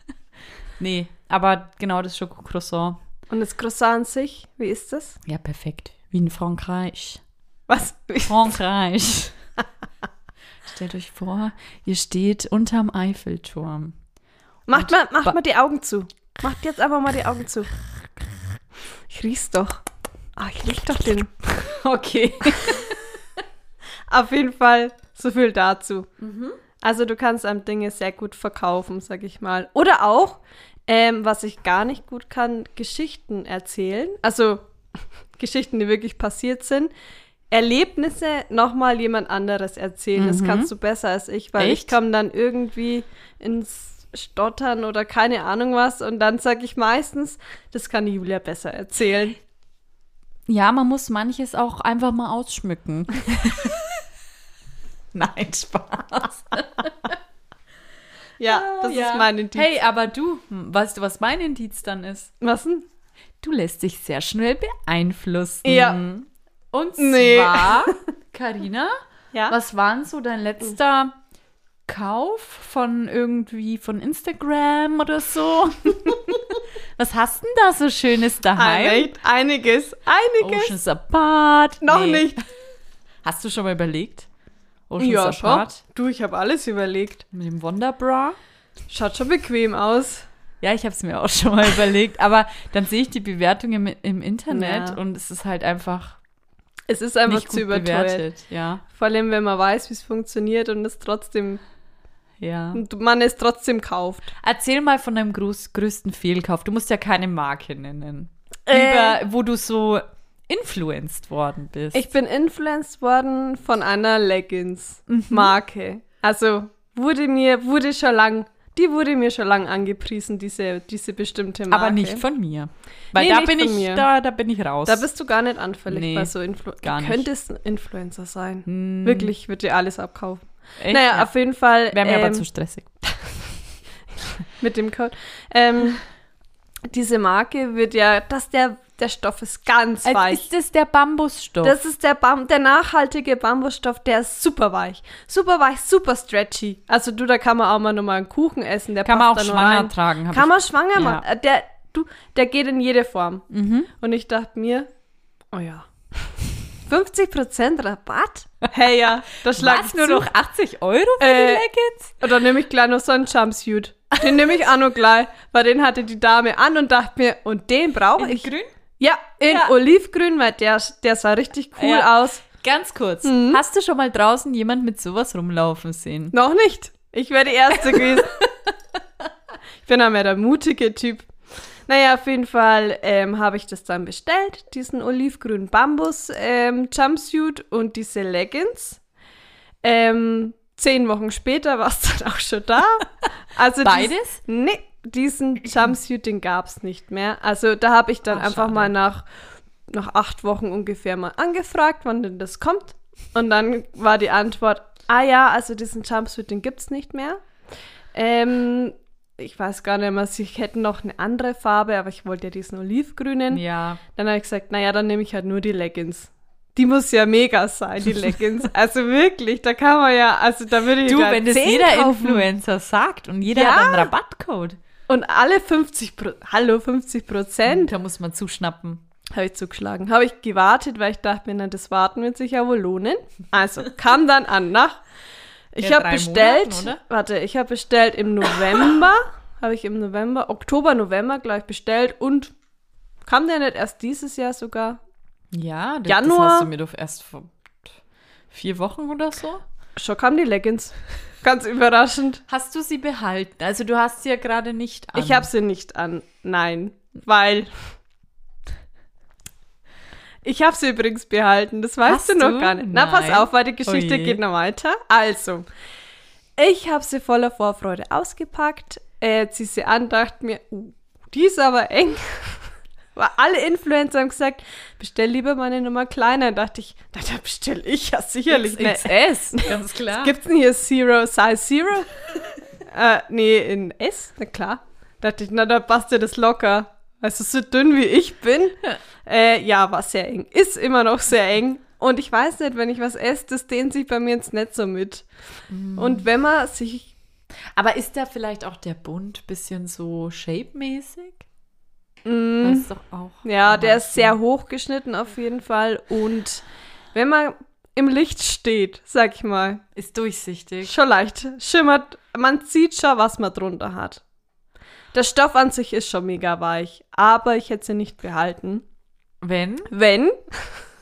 [SPEAKER 3] nee, aber genau das Schokocroissant.
[SPEAKER 2] Und das Croissant an sich, wie ist das?
[SPEAKER 3] Ja, perfekt. Wie in Frankreich.
[SPEAKER 2] Was?
[SPEAKER 3] Frankreich. Stellt euch vor, ihr steht unterm Eiffelturm.
[SPEAKER 2] Macht mal, macht
[SPEAKER 3] Ba-
[SPEAKER 2] mal die Augen zu. Macht jetzt aber mal die Augen zu. Ich riech's doch. Ah, ich riech doch den.
[SPEAKER 3] Okay.
[SPEAKER 2] Auf jeden Fall so viel dazu.
[SPEAKER 3] Mhm.
[SPEAKER 2] Also du kannst am Dinge sehr gut verkaufen, sag ich mal. Oder auch, ähm, was ich gar nicht gut kann, Geschichten erzählen. Also Geschichten, die wirklich passiert sind. Erlebnisse nochmal jemand anderes erzählen. Das kannst du besser als ich, weil ich
[SPEAKER 3] Mhm. Echt?
[SPEAKER 2] komme dann irgendwie ins Stottern oder keine Ahnung was und dann sage ich meistens, das kann die Julia besser erzählen.
[SPEAKER 3] Ja, man muss manches auch einfach mal ausschmücken. Nein, Spaß.
[SPEAKER 2] Ja, das ist mein Indiz.
[SPEAKER 3] Ah, Hey, aber du, hm, weißt du, was mein Indiz dann ist?
[SPEAKER 2] was denn?
[SPEAKER 3] Du lässt dich sehr schnell beeinflussen.
[SPEAKER 2] Ja.
[SPEAKER 3] Und
[SPEAKER 2] Nee.
[SPEAKER 3] zwar, Karina,
[SPEAKER 2] Ja.
[SPEAKER 3] was war denn so dein letzter Kauf von irgendwie von Instagram oder so? was hast denn da so Schönes daheim?
[SPEAKER 2] Echt einiges, einiges.
[SPEAKER 3] Oceans Apart.
[SPEAKER 2] Noch
[SPEAKER 3] Oh, Nee. Oh,
[SPEAKER 2] nicht.
[SPEAKER 3] Hast du schon mal überlegt? Oceans
[SPEAKER 2] Du, ich habe alles überlegt.
[SPEAKER 3] Mit dem Wonderbra?
[SPEAKER 2] Schaut schon bequem aus.
[SPEAKER 3] Ja, ich habe es mir auch schon mal überlegt, aber dann sehe ich die Bewertungen im, im Internet
[SPEAKER 2] Ja.
[SPEAKER 3] und es ist halt einfach
[SPEAKER 2] Es ist einfach
[SPEAKER 3] nicht
[SPEAKER 2] zu
[SPEAKER 3] gut
[SPEAKER 2] überteuert.
[SPEAKER 3] bewertet. Ja,
[SPEAKER 2] Vor allem, wenn man weiß, wie es funktioniert und es trotzdem,
[SPEAKER 3] ja.
[SPEAKER 2] und man es trotzdem kauft.
[SPEAKER 3] Erzähl mal von deinem groß, größten Fehlkauf. Du musst ja keine Marke nennen,
[SPEAKER 2] Äh.
[SPEAKER 3] über wo du so influenced worden bist.
[SPEAKER 2] Ich bin influenced worden von einer
[SPEAKER 3] Mhm.
[SPEAKER 2] Leggings-Marke. Also wurde mir, wurde schon lang, die wurde mir schon lang angepriesen, diese, diese bestimmte Marke.
[SPEAKER 3] aber nicht von mir, weil
[SPEAKER 2] Nee,
[SPEAKER 3] da
[SPEAKER 2] nicht
[SPEAKER 3] bin
[SPEAKER 2] von
[SPEAKER 3] ich
[SPEAKER 2] mir.
[SPEAKER 3] da, da bin ich raus.
[SPEAKER 2] Da bist du gar nicht anfällig
[SPEAKER 3] Nee,
[SPEAKER 2] bei so Influencern.
[SPEAKER 3] gar
[SPEAKER 2] Du
[SPEAKER 3] nicht. Hm.
[SPEAKER 2] könntest ein Influencer sein. Wirklich, wird dir alles abkaufen.
[SPEAKER 3] Echt?
[SPEAKER 2] naja,
[SPEAKER 3] Ja.
[SPEAKER 2] auf jeden Fall.
[SPEAKER 3] wäre mir aber
[SPEAKER 2] ähm,
[SPEAKER 3] zu stressig.
[SPEAKER 2] mit dem Code. Ähm, diese Marke wird ja, dass der, der Stoff ist ganz
[SPEAKER 3] Also
[SPEAKER 2] weich.
[SPEAKER 3] ist das der Bambusstoff?
[SPEAKER 2] Das ist der, Bam der nachhaltige Bambusstoff, der ist super weich. Super weich, super stretchy. Also du, da kann man auch mal nochmal einen Kuchen essen. Der
[SPEAKER 3] Kann man
[SPEAKER 2] passt
[SPEAKER 3] auch
[SPEAKER 2] da nur
[SPEAKER 3] schwanger
[SPEAKER 2] rein.
[SPEAKER 3] tragen, hab
[SPEAKER 2] Kann
[SPEAKER 3] ich-
[SPEAKER 2] man schwanger
[SPEAKER 3] Ja. Mhm.
[SPEAKER 2] machen. Äh, Der, du, der geht in jede Form. Und ich dachte mir, oh ja, 50% Rabatt? Hey ja, da schlag
[SPEAKER 3] Was
[SPEAKER 2] ich
[SPEAKER 3] nur
[SPEAKER 2] zu.
[SPEAKER 3] noch 80 Euro für
[SPEAKER 2] Äh,
[SPEAKER 3] die Leggings?
[SPEAKER 2] Und dann nehme ich gleich noch so einen Jumpsuit. Den nehme ich auch noch gleich, weil den hatte die Dame an und dachte mir, und den brauche oh, ich.
[SPEAKER 3] grün?
[SPEAKER 2] Ja, in
[SPEAKER 3] Ja.
[SPEAKER 2] Olivgrün, weil der, der sah richtig cool
[SPEAKER 3] Ja.
[SPEAKER 2] aus.
[SPEAKER 3] Ganz kurz.
[SPEAKER 2] Mhm.
[SPEAKER 3] Hast du schon mal draußen jemand mit sowas rumlaufen sehen?
[SPEAKER 2] Noch nicht. Ich wäre die Erste gewesen. ich bin ja mehr der mutige Typ. Naja, auf jeden Fall ähm, habe ich das dann bestellt, diesen olivgrünen Bambus-Jumpsuit und diese Leggings. Ähm, zehn Wochen später war es dann auch schon da. Also dies-
[SPEAKER 3] Beides?
[SPEAKER 2] Nee, diesen Jumpsuit, den gab es nicht mehr. Also da habe ich dann
[SPEAKER 3] Ah,
[SPEAKER 2] einfach
[SPEAKER 3] schade.
[SPEAKER 2] mal nach, nach acht Wochen ungefähr mal angefragt, wann denn das kommt. Und dann war die Antwort, Ah ja, also diesen Jumpsuit, den gibt's nicht mehr. Ähm, ich weiß gar nicht mehr, sie hätten noch eine andere Farbe, aber ich wollte ja diesen olivgrünen.
[SPEAKER 3] Ja.
[SPEAKER 2] Dann habe ich gesagt, naja, dann nehme ich halt nur die Leggings. Die muss ja mega sein, die Leggings. also wirklich, da kann man ja, also da würde ich
[SPEAKER 3] Du,
[SPEAKER 2] da
[SPEAKER 3] wenn das
[SPEAKER 2] 10
[SPEAKER 3] jeder
[SPEAKER 2] kaufen.
[SPEAKER 3] Influencer sagt und jeder
[SPEAKER 2] Ja.
[SPEAKER 3] hat einen Rabattcode,
[SPEAKER 2] Und alle 50, Pro hallo, 50 Prozent
[SPEAKER 3] da muss man zuschnappen.
[SPEAKER 2] habe ich zugeschlagen. Habe ich gewartet, weil ich dachte mir, na, das Warten wird sich ja wohl lohnen. Also, kam dann an nach. Ich
[SPEAKER 3] Ja,
[SPEAKER 2] habe
[SPEAKER 3] drei
[SPEAKER 2] bestellt,
[SPEAKER 3] Monaten, oder?
[SPEAKER 2] warte, ich habe bestellt im November, habe ich im November, Oktober, November gleich bestellt und kam der nicht erst dieses Jahr sogar?
[SPEAKER 3] Ja, das,
[SPEAKER 2] Januar.
[SPEAKER 3] das hast du mir doch erst vor vier Wochen oder so.
[SPEAKER 2] Schon kamen die Leggings. Ganz überraschend.
[SPEAKER 3] Hast du sie behalten? Also du hast sie ja gerade nicht an.
[SPEAKER 2] Ich habe sie nicht an. Nein, weil ich habe sie übrigens behalten. Das weißt
[SPEAKER 3] Hast
[SPEAKER 2] du noch
[SPEAKER 3] du?
[SPEAKER 2] gar nicht. Na, pass
[SPEAKER 3] Nein.
[SPEAKER 2] auf, weil die Geschichte
[SPEAKER 3] Oje.
[SPEAKER 2] geht noch weiter. Also, ich habe sie voller Vorfreude ausgepackt. Äh, ziehe sie an, dachte mir, uh, die ist aber eng. Weil alle Influencer haben gesagt, bestell lieber meine Nummer kleiner. Dachte ich, na, da bestell ich ja sicherlich eine S.
[SPEAKER 3] Ganz klar.
[SPEAKER 2] Gibt's denn hier Zero, Size Zero? äh, nee, in S, na klar. Dachte ich, na, da passt dir das locker. Weißt du, so dünn wie ich bin. äh, ja, war sehr eng. Ist immer noch sehr eng. Und ich weiß nicht, wenn ich was esse, das dehnt sich bei mir ins Netz so mit. Und wenn man sich.
[SPEAKER 3] Aber ist da vielleicht auch der Bund bisschen so shape-mäßig?
[SPEAKER 2] Mh,
[SPEAKER 3] Das ist doch auch.
[SPEAKER 2] Mm. Ja, der ist
[SPEAKER 3] sehr
[SPEAKER 2] sehr hoch geschnitten auf jeden Fall. Und wenn man im Licht steht, sag ich mal,
[SPEAKER 3] Ist durchsichtig.
[SPEAKER 2] Schon leicht. Schimmert. Man sieht schon, was man drunter hat. Der Stoff an sich ist schon mega weich, aber ich hätte sie nicht behalten.
[SPEAKER 3] Wenn
[SPEAKER 2] Wenn,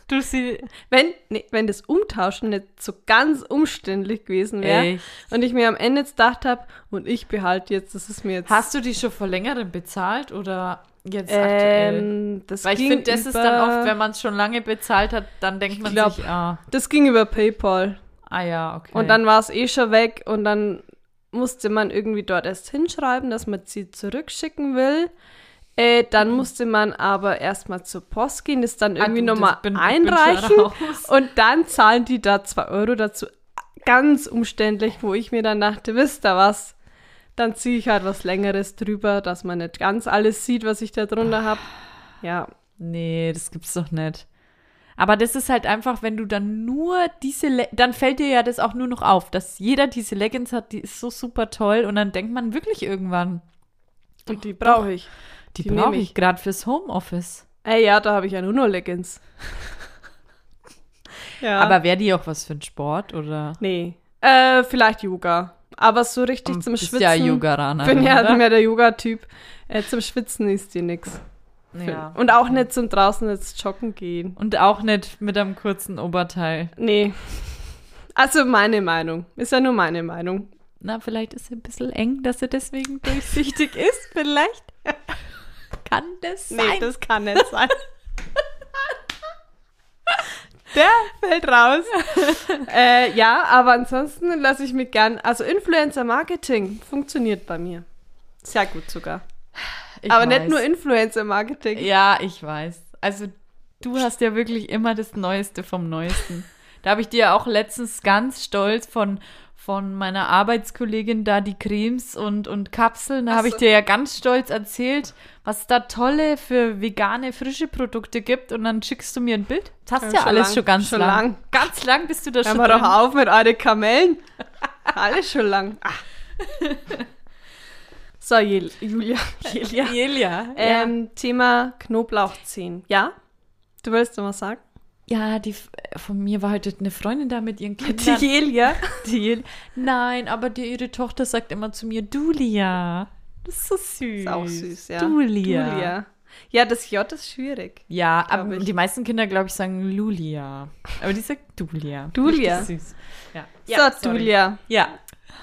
[SPEAKER 3] du sie.
[SPEAKER 2] wenn, nee, wenn das Umtauschen nicht so ganz umständlich gewesen wäre
[SPEAKER 3] Echt?
[SPEAKER 2] und ich mir am Ende jetzt gedacht habe, und ich behalte jetzt, das ist mir jetzt.
[SPEAKER 3] Hast du die schon vor längerem bezahlt oder jetzt aktuell?
[SPEAKER 2] ähm, das
[SPEAKER 3] Weil ich
[SPEAKER 2] ging
[SPEAKER 3] finde, das
[SPEAKER 2] über,
[SPEAKER 3] ist dann oft, wenn man es schon lange bezahlt hat, dann denkt man
[SPEAKER 2] glaub-
[SPEAKER 3] sich, ah,
[SPEAKER 2] Das ging über PayPal.
[SPEAKER 3] ah ja, okay.
[SPEAKER 2] Und dann war es eh schon weg und dann musste man irgendwie dort erst hinschreiben, dass man sie zurückschicken will. Äh, dann musste man aber erstmal zur Post gehen, das dann irgendwie
[SPEAKER 3] Mhm. Ah, du, das
[SPEAKER 2] nochmal
[SPEAKER 3] bin- bin
[SPEAKER 2] einreichen
[SPEAKER 3] schon raus.
[SPEAKER 2] und dann zahlen die da 2 Euro dazu. Ganz umständlich, wo ich mir dann dachte, wisst ihr was, dann ziehe ich halt was Längeres drüber, dass man nicht ganz alles sieht, was ich da drunter habe. Ja,
[SPEAKER 3] Nee, das gibt's doch nicht. Aber das ist halt einfach, wenn du dann nur diese, Le dann fällt dir ja das auch nur noch auf, dass jeder diese Leggings hat, die ist so super toll und dann denkt man wirklich irgendwann,
[SPEAKER 2] und die brauche ich.
[SPEAKER 3] die,
[SPEAKER 2] Die
[SPEAKER 3] brauche
[SPEAKER 2] nehm
[SPEAKER 3] ich
[SPEAKER 2] ich.
[SPEAKER 3] gerade fürs Homeoffice.
[SPEAKER 2] Ey, ja, da habe ich ja nur noch Leggings. ja.
[SPEAKER 3] Aber wäre die auch was für den Sport oder?
[SPEAKER 2] Nee. Äh, vielleicht Yoga. Aber so richtig
[SPEAKER 3] Ähm,
[SPEAKER 2] zum
[SPEAKER 3] bist
[SPEAKER 2] Schwitzen.
[SPEAKER 3] ja Yogarana.
[SPEAKER 2] bin ja
[SPEAKER 3] oder?
[SPEAKER 2] mehr der Yoga-Typ. Äh, zum Schwitzen ist die nix.
[SPEAKER 3] ja.
[SPEAKER 2] Und auch nicht zum draußen jetzt joggen gehen.
[SPEAKER 3] Und auch nicht mit einem kurzen Oberteil.
[SPEAKER 2] Nee. Also meine Meinung. Ist ja nur meine Meinung.
[SPEAKER 3] Na, vielleicht ist sie ein bisschen eng, dass sie deswegen durchsichtig ist. Vielleicht kann das
[SPEAKER 2] Nee,
[SPEAKER 3] sein.
[SPEAKER 2] das kann nicht sein. Der fällt raus. äh, ja, aber ansonsten lasse ich mich gern. Also Influencer-Marketing funktioniert bei mir. Sehr gut sogar.
[SPEAKER 3] Ich
[SPEAKER 2] aber
[SPEAKER 3] weiß.
[SPEAKER 2] nicht nur Influencer-Marketing.
[SPEAKER 3] Ja, ich weiß. Also du hast ja wirklich immer das Neueste vom Neuesten. Da habe ich dir auch letztens ganz stolz von, von meiner Arbeitskollegin da die Cremes und, und Kapseln, da
[SPEAKER 2] Ach
[SPEAKER 3] habe ich
[SPEAKER 2] so.
[SPEAKER 3] dir ja ganz stolz erzählt, was es da tolle für vegane, frische Produkte gibt und dann schickst du mir ein Bild. Das hast
[SPEAKER 2] Ja,
[SPEAKER 3] ja,
[SPEAKER 2] schon
[SPEAKER 3] alles
[SPEAKER 2] lang,
[SPEAKER 3] schon ganz
[SPEAKER 2] schon
[SPEAKER 3] lang.
[SPEAKER 2] lang.
[SPEAKER 3] Ganz lang bist du da
[SPEAKER 2] Hören
[SPEAKER 3] schon
[SPEAKER 2] wir
[SPEAKER 3] drin.
[SPEAKER 2] doch auf mit euren Kamellen. Alles schon lang. Ah. So, Jel Julia. Julia.
[SPEAKER 3] Elia. Ähm,
[SPEAKER 2] Ähm, Thema Knoblauchzehen. Ja? Du willst doch was sagen?
[SPEAKER 3] ja, die, F- von mir war heute eine Freundin da mit ihren
[SPEAKER 2] Die
[SPEAKER 3] Kindern.
[SPEAKER 2] Julia.
[SPEAKER 3] Die, nein, aber die, ihre Tochter sagt immer zu mir, Julia. Das ist so süß.
[SPEAKER 2] Ist auch süß, ja.
[SPEAKER 3] Julia.
[SPEAKER 2] Julia. Ja, das J ist schwierig.
[SPEAKER 3] Ja, aber
[SPEAKER 2] ich.
[SPEAKER 3] die meisten Kinder, glaube ich, sagen Lulia. Aber die sagt Julia.
[SPEAKER 2] Julia.
[SPEAKER 3] Richtig süß. Ja.
[SPEAKER 2] so,
[SPEAKER 3] sorry.
[SPEAKER 2] Julia.
[SPEAKER 3] Ja.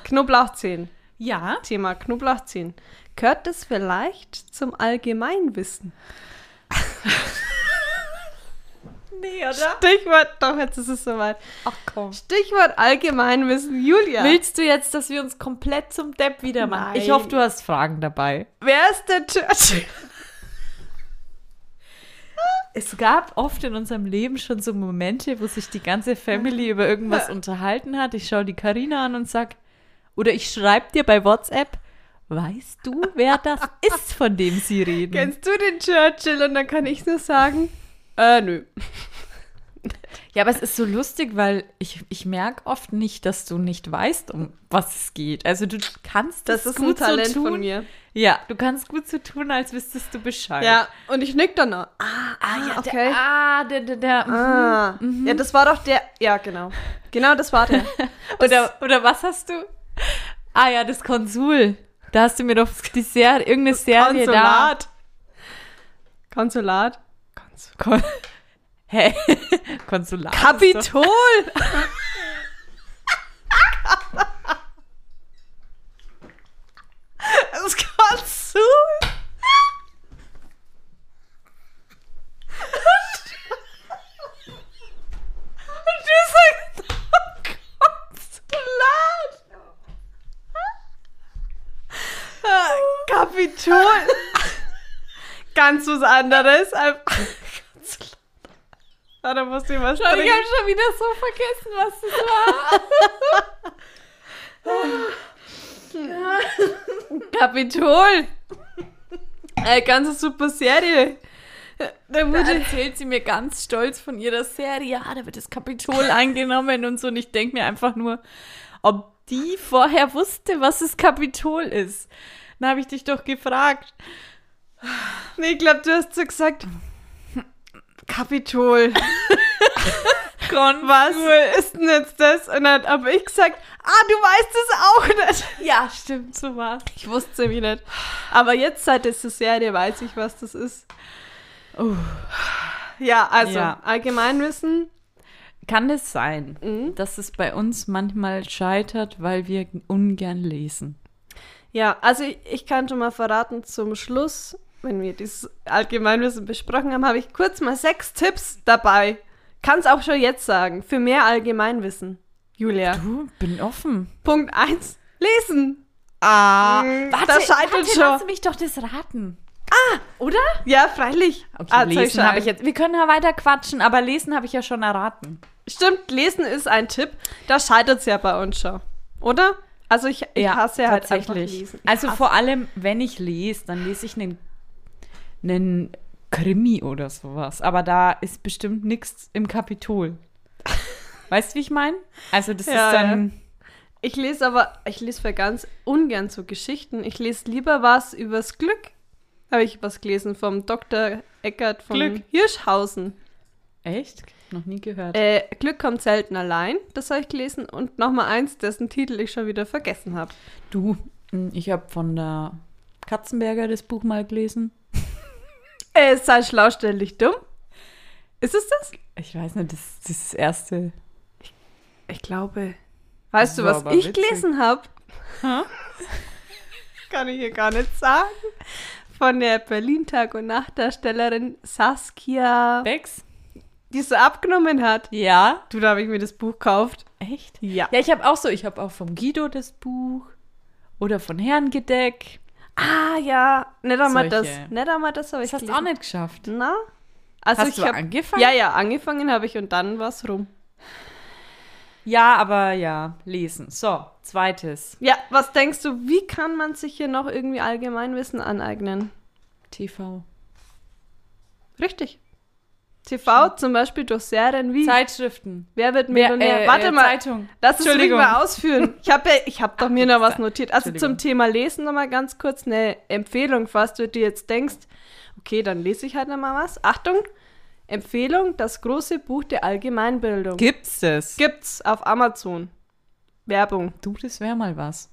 [SPEAKER 2] Knoblauchzehen.
[SPEAKER 3] Ja.
[SPEAKER 2] Thema Knoblauchzehen. Gehört das vielleicht zum Allgemeinwissen?
[SPEAKER 3] Nee, oder?
[SPEAKER 2] Stichwort, doch, jetzt ist es soweit.
[SPEAKER 3] Ach komm.
[SPEAKER 2] Stichwort Allgemeinwissen, Julia.
[SPEAKER 3] Willst du jetzt, dass wir uns komplett zum Depp wieder machen?
[SPEAKER 2] Nein.
[SPEAKER 3] Ich hoffe, du hast Fragen dabei.
[SPEAKER 2] Wer ist der Churchill?
[SPEAKER 3] es gab oft in unserem Leben schon so Momente, wo sich die ganze Family über irgendwas unterhalten hat. Ich schaue die Karina an und sag, oder ich schreibe dir bei WhatsApp, weißt du, wer das ist, von dem sie reden?
[SPEAKER 2] Kennst du den Churchill? Und dann kann ich nur sagen, äh, nö.
[SPEAKER 3] Ja, aber es ist so lustig, weil ich, ich merke oft nicht, dass du nicht weißt, um was es geht. Also du kannst
[SPEAKER 2] Das
[SPEAKER 3] es
[SPEAKER 2] ist ein
[SPEAKER 3] gut
[SPEAKER 2] Talent
[SPEAKER 3] so tun.
[SPEAKER 2] von mir.
[SPEAKER 3] Ja, du kannst gut so tun, als wüsstest du Bescheid.
[SPEAKER 2] Ja, und ich nick dann noch. Ah, ah,
[SPEAKER 3] ja
[SPEAKER 2] okay.
[SPEAKER 3] Der, ah, der, der, der.
[SPEAKER 2] ah. Ja, das war doch der. Ja, genau. Genau, das war der.
[SPEAKER 3] Oder, oder was hast du? Ah ja, das Konsul. Da hast du mir doch die Serie, irgendeine Serie da.
[SPEAKER 2] Konsulat. Konsulat.
[SPEAKER 3] Kon Hä? Konsulat. ist
[SPEAKER 2] Kapitol! Das Konsul! Und du oh sagst Konsulat! Äh, Kapitol! Ganz was anderes. Einfach Konsulat. Ah, Da musst du was
[SPEAKER 3] doch- Ich
[SPEAKER 2] trinken.
[SPEAKER 3] habe schon wieder so vergessen, was das
[SPEAKER 2] Kapitol! Eine ganze super Serie. Da
[SPEAKER 3] war.
[SPEAKER 2] wurde.
[SPEAKER 3] erzählt sie mir ganz stolz von ihrer Serie. Ja, da wird das Kapitol eingenommen und so. Und ich denke mir einfach nur, ob die vorher wusste, was das Kapitol ist. Dann habe ich dich doch gefragt.
[SPEAKER 2] Nee, ich glaube, du hast so gesagt. Kapitol.
[SPEAKER 3] Kon
[SPEAKER 2] Was ist denn jetzt das? Und dann habe ich gesagt, ah, du weißt es auch nicht.
[SPEAKER 3] Ja, stimmt, so war's.
[SPEAKER 2] Ich wusste es nämlich nicht. Aber jetzt seit es so Serie weiß ich, was das ist.
[SPEAKER 3] Oh.
[SPEAKER 2] Ja, also
[SPEAKER 3] Ja.
[SPEAKER 2] Allgemeinwissen.
[SPEAKER 3] Kann es sein,
[SPEAKER 2] Mhm.
[SPEAKER 3] dass es bei uns manchmal scheitert, weil wir ungern lesen?
[SPEAKER 2] Ja, also ich, ich kann schon mal verraten, zum Schluss, wenn wir dieses Allgemeinwissen besprochen haben, habe ich kurz mal sechs Tipps dabei. Kann es auch schon jetzt sagen, für mehr Allgemeinwissen. Julia.
[SPEAKER 3] Du, bin
[SPEAKER 2] Mhm.
[SPEAKER 3] offen.
[SPEAKER 2] Punkt 1, lesen.
[SPEAKER 3] Ah,
[SPEAKER 2] Mm,
[SPEAKER 3] warte,
[SPEAKER 2] das scheitert
[SPEAKER 3] warte,
[SPEAKER 2] schon.
[SPEAKER 3] Lass mich doch das raten. Ah, oder?
[SPEAKER 2] Ja, freilich.
[SPEAKER 3] Okay,
[SPEAKER 2] Ah, zeig
[SPEAKER 3] lesen
[SPEAKER 2] schon
[SPEAKER 3] habe
[SPEAKER 2] ein.
[SPEAKER 3] ich jetzt. Wir können ja weiter quatschen, aber lesen habe ich ja schon erraten.
[SPEAKER 2] Stimmt, lesen ist ein Tipp. Da scheitert es ja bei uns schon. Oder? Also ich, ich hasse halt einfach lesen. Ich
[SPEAKER 3] Also
[SPEAKER 2] hasse-
[SPEAKER 3] vor allem, wenn ich lese, dann lese ich einen, einen Krimi oder sowas. Aber da ist bestimmt nichts im Kapitol. Weißt du, wie ich meine? Also das
[SPEAKER 2] Ja,
[SPEAKER 3] ist dann.
[SPEAKER 2] Ich lese aber, ich lese für ganz ungern so Geschichten. Ich lese lieber was übers Glück. Habe ich was gelesen vom Dr. Eckert von
[SPEAKER 3] Glück.
[SPEAKER 2] Hirschhausen.
[SPEAKER 3] Echt? Noch nie gehört.
[SPEAKER 2] Äh, Glück kommt selten allein, das habe ich gelesen. Und nochmal eins, dessen Titel ich schon wieder vergessen habe.
[SPEAKER 3] Du, hm, ich habe von der Katzenberger das Buch mal gelesen.
[SPEAKER 2] Äh, sei schlau, stell dich dumm. Ist es das?
[SPEAKER 3] Ich weiß nicht, das, das ist das erste.
[SPEAKER 2] Ich glaube. Weißt du,
[SPEAKER 3] war
[SPEAKER 2] was
[SPEAKER 3] aber
[SPEAKER 2] ich
[SPEAKER 3] witzig.
[SPEAKER 2] gelesen habe? Kann ich hier gar nicht sagen. Von der Berlin-Tag- und Nachtdarstellerin Saskia,
[SPEAKER 3] Bex?
[SPEAKER 2] die so abgenommen hat.
[SPEAKER 3] Ja.
[SPEAKER 2] Du, da habe ich mir das Buch gekauft.
[SPEAKER 3] Echt?
[SPEAKER 2] Ja.
[SPEAKER 3] Ja, ich habe auch so, ich habe auch vom Guido das Buch oder von Herrengedeck.
[SPEAKER 2] Ah, ja. Nicht einmal das.
[SPEAKER 3] Solche.
[SPEAKER 2] Nicht einmal das habe ich
[SPEAKER 3] Das hast du auch
[SPEAKER 2] gelesen.
[SPEAKER 3] nicht geschafft.
[SPEAKER 2] Na? Also
[SPEAKER 3] Hast
[SPEAKER 2] ich
[SPEAKER 3] du
[SPEAKER 2] hab,
[SPEAKER 3] angefangen?
[SPEAKER 2] Ja, ja, angefangen habe ich und dann war es rum.
[SPEAKER 3] Ja, aber ja, lesen. So, zweites.
[SPEAKER 2] Ja, was denkst du, wie kann man sich hier noch irgendwie Allgemeinwissen aneignen?
[SPEAKER 3] TV.
[SPEAKER 2] Richtig. TV zum Beispiel durch Serien wie
[SPEAKER 3] Zeitschriften.
[SPEAKER 2] Wer wird
[SPEAKER 3] Wer-
[SPEAKER 2] Millionär?
[SPEAKER 3] äh,
[SPEAKER 2] Warte
[SPEAKER 3] äh,
[SPEAKER 2] mal,
[SPEAKER 3] Zeitung.
[SPEAKER 2] lass es ruhig
[SPEAKER 3] Entschuldigung.
[SPEAKER 2] mal ausführen. Ich habe ja, ich hab doch mir noch was notiert. Also zum
[SPEAKER 3] Entschuldigung.
[SPEAKER 2] Thema Lesen nochmal ganz kurz eine Empfehlung, falls du dir jetzt denkst, okay, dann lese ich halt nochmal was. Achtung, Empfehlung, das große Buch der Allgemeinbildung.
[SPEAKER 3] Gibt's das?
[SPEAKER 2] Gibt's auf Amazon. Werbung.
[SPEAKER 3] Du, das wäre mal was.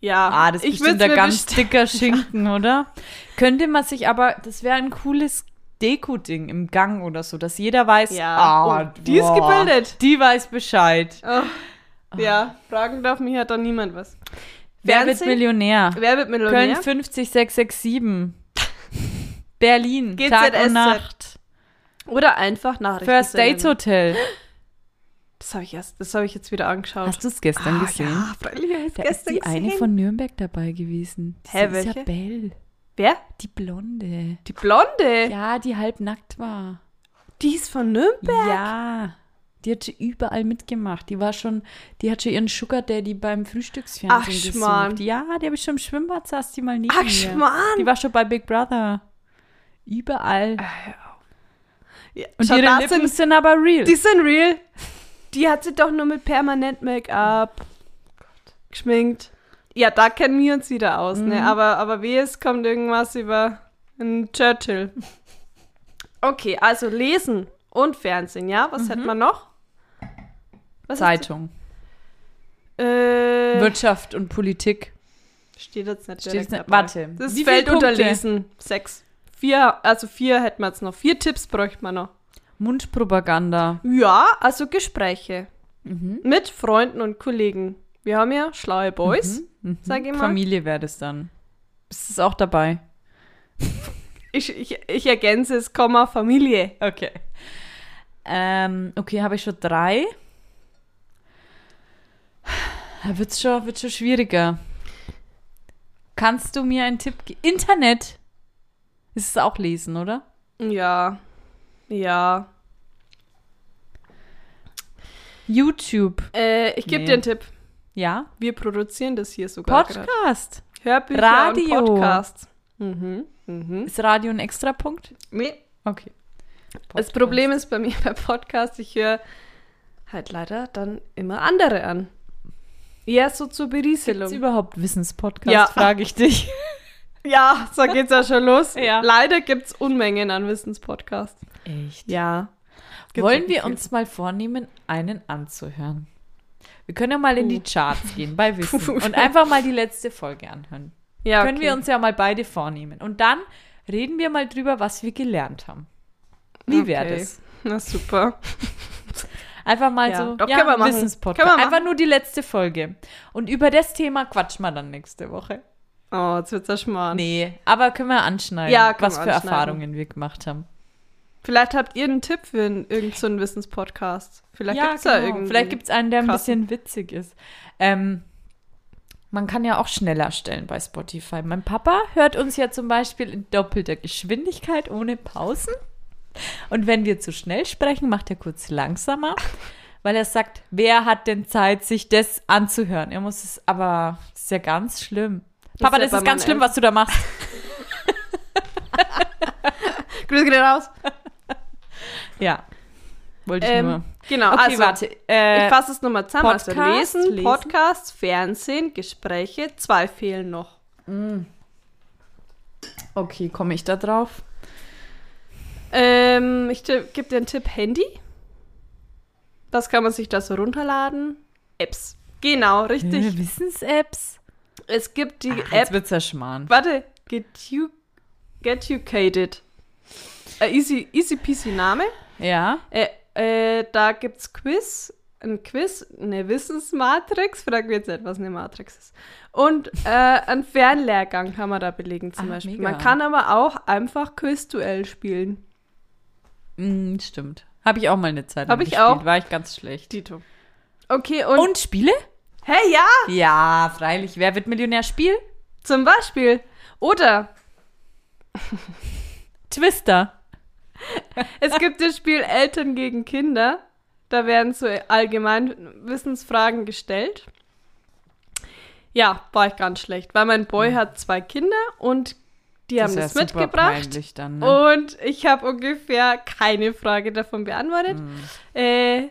[SPEAKER 2] Ja,
[SPEAKER 3] Ah, das ist
[SPEAKER 2] ich
[SPEAKER 3] bestimmt
[SPEAKER 2] würd's
[SPEAKER 3] ein
[SPEAKER 2] mir
[SPEAKER 3] ganz
[SPEAKER 2] bestellen.
[SPEAKER 3] dicker Schinken, oder? Könnte man sich aber, das wäre ein cooles Deko-Ding im Gang oder so, dass jeder weiß,
[SPEAKER 2] Ja.
[SPEAKER 3] ah,
[SPEAKER 2] Oh, die ist
[SPEAKER 3] boah,
[SPEAKER 2] gebildet.
[SPEAKER 3] Die weiß Bescheid.
[SPEAKER 2] Oh,
[SPEAKER 3] Ah.
[SPEAKER 2] ja, fragen darf mich hat dann niemand was.
[SPEAKER 3] Wer wird
[SPEAKER 2] Fernsehen?
[SPEAKER 3] Millionär?
[SPEAKER 2] Wer wird
[SPEAKER 3] Köln
[SPEAKER 2] Millionär?
[SPEAKER 3] 50667. Berlin,
[SPEAKER 2] GZSZ.
[SPEAKER 3] Tag und Nacht.
[SPEAKER 2] Oder einfach Nachrichten.
[SPEAKER 3] First Dates Hotel.
[SPEAKER 2] Das habe ich erst, das habe ich jetzt wieder angeschaut.
[SPEAKER 3] Hast du es gestern
[SPEAKER 2] ah,
[SPEAKER 3] gesehen?
[SPEAKER 2] Ja, freilich habe ich
[SPEAKER 3] Da
[SPEAKER 2] gestern
[SPEAKER 3] ist die eine
[SPEAKER 2] gesehen.
[SPEAKER 3] von Nürnberg dabei gewesen.
[SPEAKER 2] Hä,
[SPEAKER 3] Diese
[SPEAKER 2] welche?
[SPEAKER 3] Isabel.
[SPEAKER 2] Wer?
[SPEAKER 3] Die Blonde.
[SPEAKER 2] Die Blonde.
[SPEAKER 3] Ja, die halbnackt war.
[SPEAKER 2] Die ist von Nürnberg.
[SPEAKER 3] Ja. Die hat schon überall mitgemacht. Die war schon, die hat schon ihren Sugar Daddy beim
[SPEAKER 2] Ach,
[SPEAKER 3] Frühstücksfernsehen
[SPEAKER 2] Schmarrn.
[SPEAKER 3] gesucht. Ja, die habe ich schon im Schwimmbad saß die mal neben
[SPEAKER 2] Ach,
[SPEAKER 3] mir.
[SPEAKER 2] Schmarrn.
[SPEAKER 3] Die war schon bei Big Brother. Überall.
[SPEAKER 2] Ja,
[SPEAKER 3] Und
[SPEAKER 2] Äh, schau, da
[SPEAKER 3] ihre Lippen
[SPEAKER 2] sind-
[SPEAKER 3] sind aber real.
[SPEAKER 2] Die sind real. Die hat sie doch nur mit permanent Make-up geschminkt. Ja, da kennen wir uns wieder aus,
[SPEAKER 3] Mhm.
[SPEAKER 2] ne? Aber, aber wie es kommt irgendwas über einen Churchill. Okay, also lesen und Fernsehen, ja? Was
[SPEAKER 3] Mhm.
[SPEAKER 2] hätten wir noch? Was ist-
[SPEAKER 3] Zeitung.
[SPEAKER 2] Äh,
[SPEAKER 3] Wirtschaft und Politik.
[SPEAKER 2] steht jetzt nicht
[SPEAKER 3] Steht
[SPEAKER 2] direkt
[SPEAKER 3] jetzt nicht-
[SPEAKER 2] dabei.
[SPEAKER 3] warte.
[SPEAKER 2] Das
[SPEAKER 3] Wie viele
[SPEAKER 2] fällt unter
[SPEAKER 3] Punkte?
[SPEAKER 2] Lesen. Sechs. Vier, also vier hätten wir jetzt noch. Vier Tipps bräuchten wir noch.
[SPEAKER 3] Mundpropaganda.
[SPEAKER 2] Ja, also Gespräche. Mit Freunden und Kollegen. Wir haben ja schlaue Boys,
[SPEAKER 3] Mhm.
[SPEAKER 2] sag ich mal.
[SPEAKER 3] Familie wäre das dann. Ist es auch dabei?
[SPEAKER 2] Ich, ich, ich ergänze es, Komma, Familie.
[SPEAKER 3] Okay. Ähm, okay, habe ich schon drei. Wird schon, wird schon schwieriger. Kannst du mir einen Tipp geben? Internet! Ist es auch lesen, oder?
[SPEAKER 2] Ja. Ja.
[SPEAKER 3] YouTube.
[SPEAKER 2] Äh, ich gebe
[SPEAKER 3] Nee.
[SPEAKER 2] dir einen Tipp.
[SPEAKER 3] Ja.
[SPEAKER 2] Wir produzieren das hier sogar. gerade.
[SPEAKER 3] Podcast.
[SPEAKER 2] Hörbücher
[SPEAKER 3] Radio.
[SPEAKER 2] und Podcasts. Mhm. Mhm.
[SPEAKER 3] Ist Radio ein Extrapunkt?
[SPEAKER 2] Nee.
[SPEAKER 3] Okay.
[SPEAKER 2] Das Problem ist bei mir bei Podcasts, ich höre halt leider dann immer andere an. Eher so zur
[SPEAKER 3] Gibt's
[SPEAKER 2] Berieselung.
[SPEAKER 3] überhaupt Wissenspodcast,
[SPEAKER 2] Ja.
[SPEAKER 3] frage ich dich.
[SPEAKER 2] Ja, so geht's ja schon los.
[SPEAKER 3] Ja.
[SPEAKER 2] Leider gibt's Unmengen an Wissenspodcasts.
[SPEAKER 3] Echt?
[SPEAKER 2] Ja.
[SPEAKER 3] Wollen wir uns mal vornehmen, einen anzuhören? Wir können ja mal in die Charts gehen bei Wissen
[SPEAKER 2] Puh.
[SPEAKER 3] und einfach mal die letzte Folge anhören.
[SPEAKER 2] Ja, okay.
[SPEAKER 3] Können wir uns ja mal beide vornehmen. Und dann reden wir mal drüber, was wir gelernt haben. Wie wäre
[SPEAKER 2] Okay.
[SPEAKER 3] das?
[SPEAKER 2] Na super.
[SPEAKER 3] Einfach mal
[SPEAKER 2] Ja,
[SPEAKER 3] so
[SPEAKER 2] doch, können wir machen.
[SPEAKER 3] Wissenspodcast.
[SPEAKER 2] Können wir machen.
[SPEAKER 3] Einfach nur die letzte Folge. Und über das Thema quatschen wir dann nächste Woche.
[SPEAKER 2] Oh, jetzt wird's ja schmarrn.
[SPEAKER 3] Nee, aber können wir anschneiden,
[SPEAKER 2] Ja, können
[SPEAKER 3] was
[SPEAKER 2] wir
[SPEAKER 3] für
[SPEAKER 2] anschneiden.
[SPEAKER 3] Erfahrungen wir gemacht haben.
[SPEAKER 2] Vielleicht habt ihr einen Tipp für einen, irgend so einen Wissenspodcast. Vielleicht gibt's da irgendwie.
[SPEAKER 3] genau. Vielleicht gibt es einen, der ein
[SPEAKER 2] krassen.
[SPEAKER 3] bisschen witzig ist. Ähm, man kann ja auch schneller stellen bei Spotify. Mein Papa hört uns ja zum Beispiel in doppelter Geschwindigkeit ohne Pausen. Und wenn wir zu schnell sprechen, macht er kurz langsamer, weil er sagt, wer hat denn Zeit, sich das anzuhören? Er muss es, aber das ist ja ganz schlimm. Papa,
[SPEAKER 2] ja
[SPEAKER 3] das
[SPEAKER 2] bei
[SPEAKER 3] ist ganz
[SPEAKER 2] meinem
[SPEAKER 3] schlimm, was du da machst.
[SPEAKER 2] Grüße gehen raus.
[SPEAKER 3] Ja. Wollte ich nur.
[SPEAKER 2] Ähm, genau,
[SPEAKER 3] Okay,
[SPEAKER 2] also
[SPEAKER 3] warte. Äh,
[SPEAKER 2] ich fasse es nochmal zusammen. also
[SPEAKER 3] Podcast,
[SPEAKER 2] lesen,
[SPEAKER 3] lesen.
[SPEAKER 2] Podcasts, Fernsehen, Gespräche, zwei fehlen noch.
[SPEAKER 3] okay, komme ich da drauf?
[SPEAKER 2] Ähm, ich gebe dir einen Tipp: Handy. Das kann man sich da so runterladen. Apps. Genau, richtig.
[SPEAKER 3] Äh, Wissens-Apps?
[SPEAKER 2] Es gibt die
[SPEAKER 3] Ach, Jetzt
[SPEAKER 2] App.
[SPEAKER 3] wird's ja schmarrn.
[SPEAKER 2] Warte, get, you, get educated. Äh, easy, easy peasy Name.
[SPEAKER 3] Ja.
[SPEAKER 2] Äh, äh, da gibt's Quiz, ein Quiz, eine Wissensmatrix. Frag mir jetzt nicht, was eine Matrix ist. Und äh, einen Fernlehrgang kann man da belegen zum
[SPEAKER 3] Ah,
[SPEAKER 2] Beispiel.
[SPEAKER 3] mega.
[SPEAKER 2] Man kann aber auch einfach Quizduell spielen.
[SPEAKER 3] Mm, stimmt. Habe ich auch mal eine Zeit lang
[SPEAKER 2] Hab ich
[SPEAKER 3] gespielt.
[SPEAKER 2] auch.
[SPEAKER 3] War ich ganz schlecht.
[SPEAKER 2] Dito. Okay, und,
[SPEAKER 3] Und Spiele?
[SPEAKER 2] hey, ja,
[SPEAKER 3] Ja, freilich. Wer wird Millionär? Spiel?
[SPEAKER 2] zum Beispiel. Oder
[SPEAKER 3] Twister.
[SPEAKER 2] Es gibt das Spiel Eltern gegen Kinder. Da werden so Allgemeinwissensfragen gestellt. Ja, war ich ganz schlecht, weil mein Boy hat zwei Kinder und die haben das
[SPEAKER 3] ja Mhm. super
[SPEAKER 2] mitgebracht.
[SPEAKER 3] peinlich Dann, ne?
[SPEAKER 2] Und ich habe ungefähr keine Frage davon beantwortet.
[SPEAKER 3] Mhm.
[SPEAKER 2] Äh,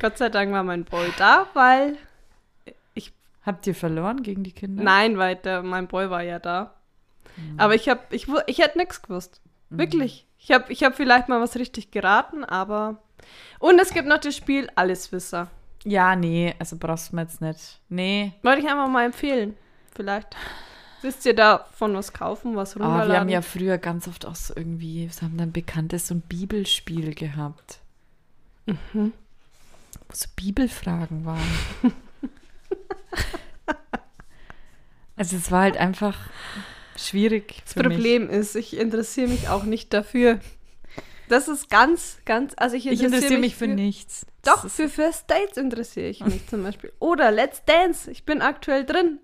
[SPEAKER 2] Gott sei Dank war mein Boy da, weil.
[SPEAKER 3] Habt ihr verloren gegen die Kinder?
[SPEAKER 2] Nein, weil der, mein Boy war ja da.
[SPEAKER 3] Mhm.
[SPEAKER 2] Aber ich, hab, ich, wu- ich hätte nichts gewusst. Wirklich. Ich habe ich hab vielleicht mal was richtig geraten, aber. Und es gibt noch das Spiel Alleswisser.
[SPEAKER 3] Ja, nee. Also brauchst du mir jetzt nicht. Nee.
[SPEAKER 2] Wollte ich einfach mal empfehlen. Vielleicht. Wisst ihr davon was kaufen, was
[SPEAKER 3] Ah,
[SPEAKER 2] runterladen?
[SPEAKER 3] wir haben ja früher ganz oft auch so irgendwie, wir haben dann bekanntes so ein Bibelspiel gehabt.
[SPEAKER 2] Mhm.
[SPEAKER 3] Wo so Bibelfragen waren. also es war halt einfach schwierig.
[SPEAKER 2] das
[SPEAKER 3] für mich.
[SPEAKER 2] Problem ist, ich interessiere mich auch nicht dafür. Das ist ganz, ganz. Also ich
[SPEAKER 3] Ich
[SPEAKER 2] interessiere
[SPEAKER 3] interessiere mich für
[SPEAKER 2] für
[SPEAKER 3] nichts. Das
[SPEAKER 2] Doch,
[SPEAKER 3] ist-
[SPEAKER 2] für First Dates interessiere ich mich zum Beispiel. Oder Let's Dance, ich bin aktuell drin.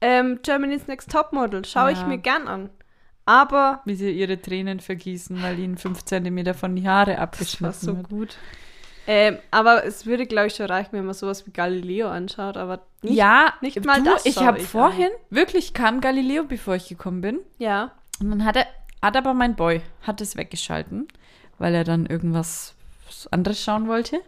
[SPEAKER 2] Ähm, Germany's Next Topmodel schaue ich
[SPEAKER 3] Ja.
[SPEAKER 2] mir gern an. Aber
[SPEAKER 3] wie sie ihre Tränen vergießen, weil ihnen fünf Zentimeter von die Haare
[SPEAKER 2] das
[SPEAKER 3] abgeschnitten
[SPEAKER 2] war so
[SPEAKER 3] wird.
[SPEAKER 2] gut. Ähm, aber es würde, glaube ich, schon reichen, wenn man sowas wie Galileo anschaut. Aber nicht,
[SPEAKER 3] ja,
[SPEAKER 2] nicht mal
[SPEAKER 3] du,
[SPEAKER 2] das
[SPEAKER 3] ich
[SPEAKER 2] schaue
[SPEAKER 3] habe
[SPEAKER 2] ich
[SPEAKER 3] vorhin, wirklich kam Galileo, bevor ich gekommen bin.
[SPEAKER 2] ja.
[SPEAKER 3] Und dann hat, er, hat aber mein Boy, hat es weggeschalten, weil er dann irgendwas anderes schauen wollte.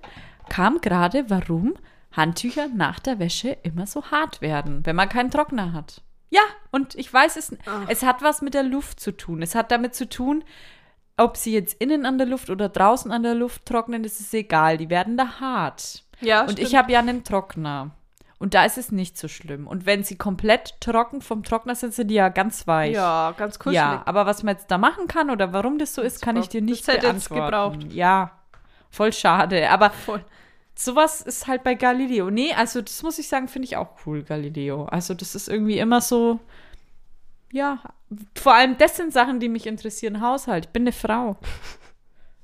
[SPEAKER 3] Kam gerade, warum Handtücher nach der Wäsche immer so hart werden, wenn man keinen Trockner hat. Ja, und ich weiß es,
[SPEAKER 2] Ach.
[SPEAKER 3] es hat was mit der Luft zu tun. Es hat damit zu tun, ob sie jetzt innen an der Luft oder draußen an der Luft trocknen, das ist egal. Die werden da hart.
[SPEAKER 2] Ja,
[SPEAKER 3] Und
[SPEAKER 2] stimmt.
[SPEAKER 3] ich habe ja einen Trockner. Und da ist es nicht so schlimm. Und wenn sie komplett trocken vom Trockner sind, sind die ja ganz weich.
[SPEAKER 2] Ja, ganz kuschelig.
[SPEAKER 3] Ja, aber was man jetzt da machen kann oder warum das so ist, kann ich dir
[SPEAKER 2] Das
[SPEAKER 3] nicht
[SPEAKER 2] hätte jetzt
[SPEAKER 3] beantworten. Ja, voll schade. Aber
[SPEAKER 2] Voll.
[SPEAKER 3] sowas ist halt bei Galileo. Nee, also das muss ich sagen, finde ich auch cool, Galileo. Also das ist irgendwie immer so, ja, vor allem das sind Sachen, die mich interessieren. Haushalt, ich bin eine Frau.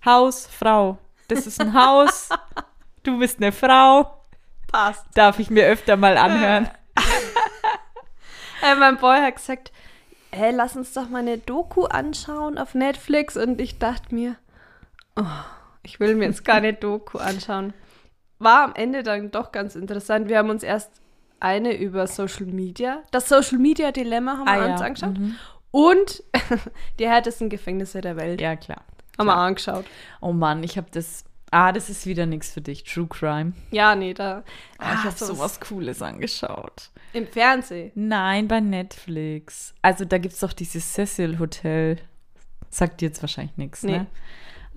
[SPEAKER 3] Haus, Frau. Das ist ein Haus. Du bist eine Frau.
[SPEAKER 2] Passt.
[SPEAKER 3] Darf ich mir öfter mal anhören.
[SPEAKER 2] Äh, mein Boy hat gesagt, hey, lass uns doch mal eine Doku anschauen auf Netflix. Und ich dachte mir, oh, ich will mir jetzt keine Doku anschauen. War am Ende dann doch ganz interessant. Wir haben uns erst eine über Social Media, das Social Media Dilemma haben wir
[SPEAKER 3] Ah,
[SPEAKER 2] uns
[SPEAKER 3] ja.
[SPEAKER 2] angeschaut. Und die härtesten Gefängnisse der Welt
[SPEAKER 3] Ja, klar.
[SPEAKER 2] haben wir angeschaut.
[SPEAKER 3] Oh Mann, ich habe das. Ah, das ist wieder nichts für dich. True Crime.
[SPEAKER 2] Ja, nee, da.
[SPEAKER 3] Ah, ich
[SPEAKER 2] Ah,
[SPEAKER 3] habe sowas Cooles angeschaut.
[SPEAKER 2] Im Fernsehen.
[SPEAKER 3] Nein, bei Netflix. Also da gibt's doch dieses Cecil Hotel. Sagt dir jetzt wahrscheinlich nichts,
[SPEAKER 2] Nee.
[SPEAKER 3] ne?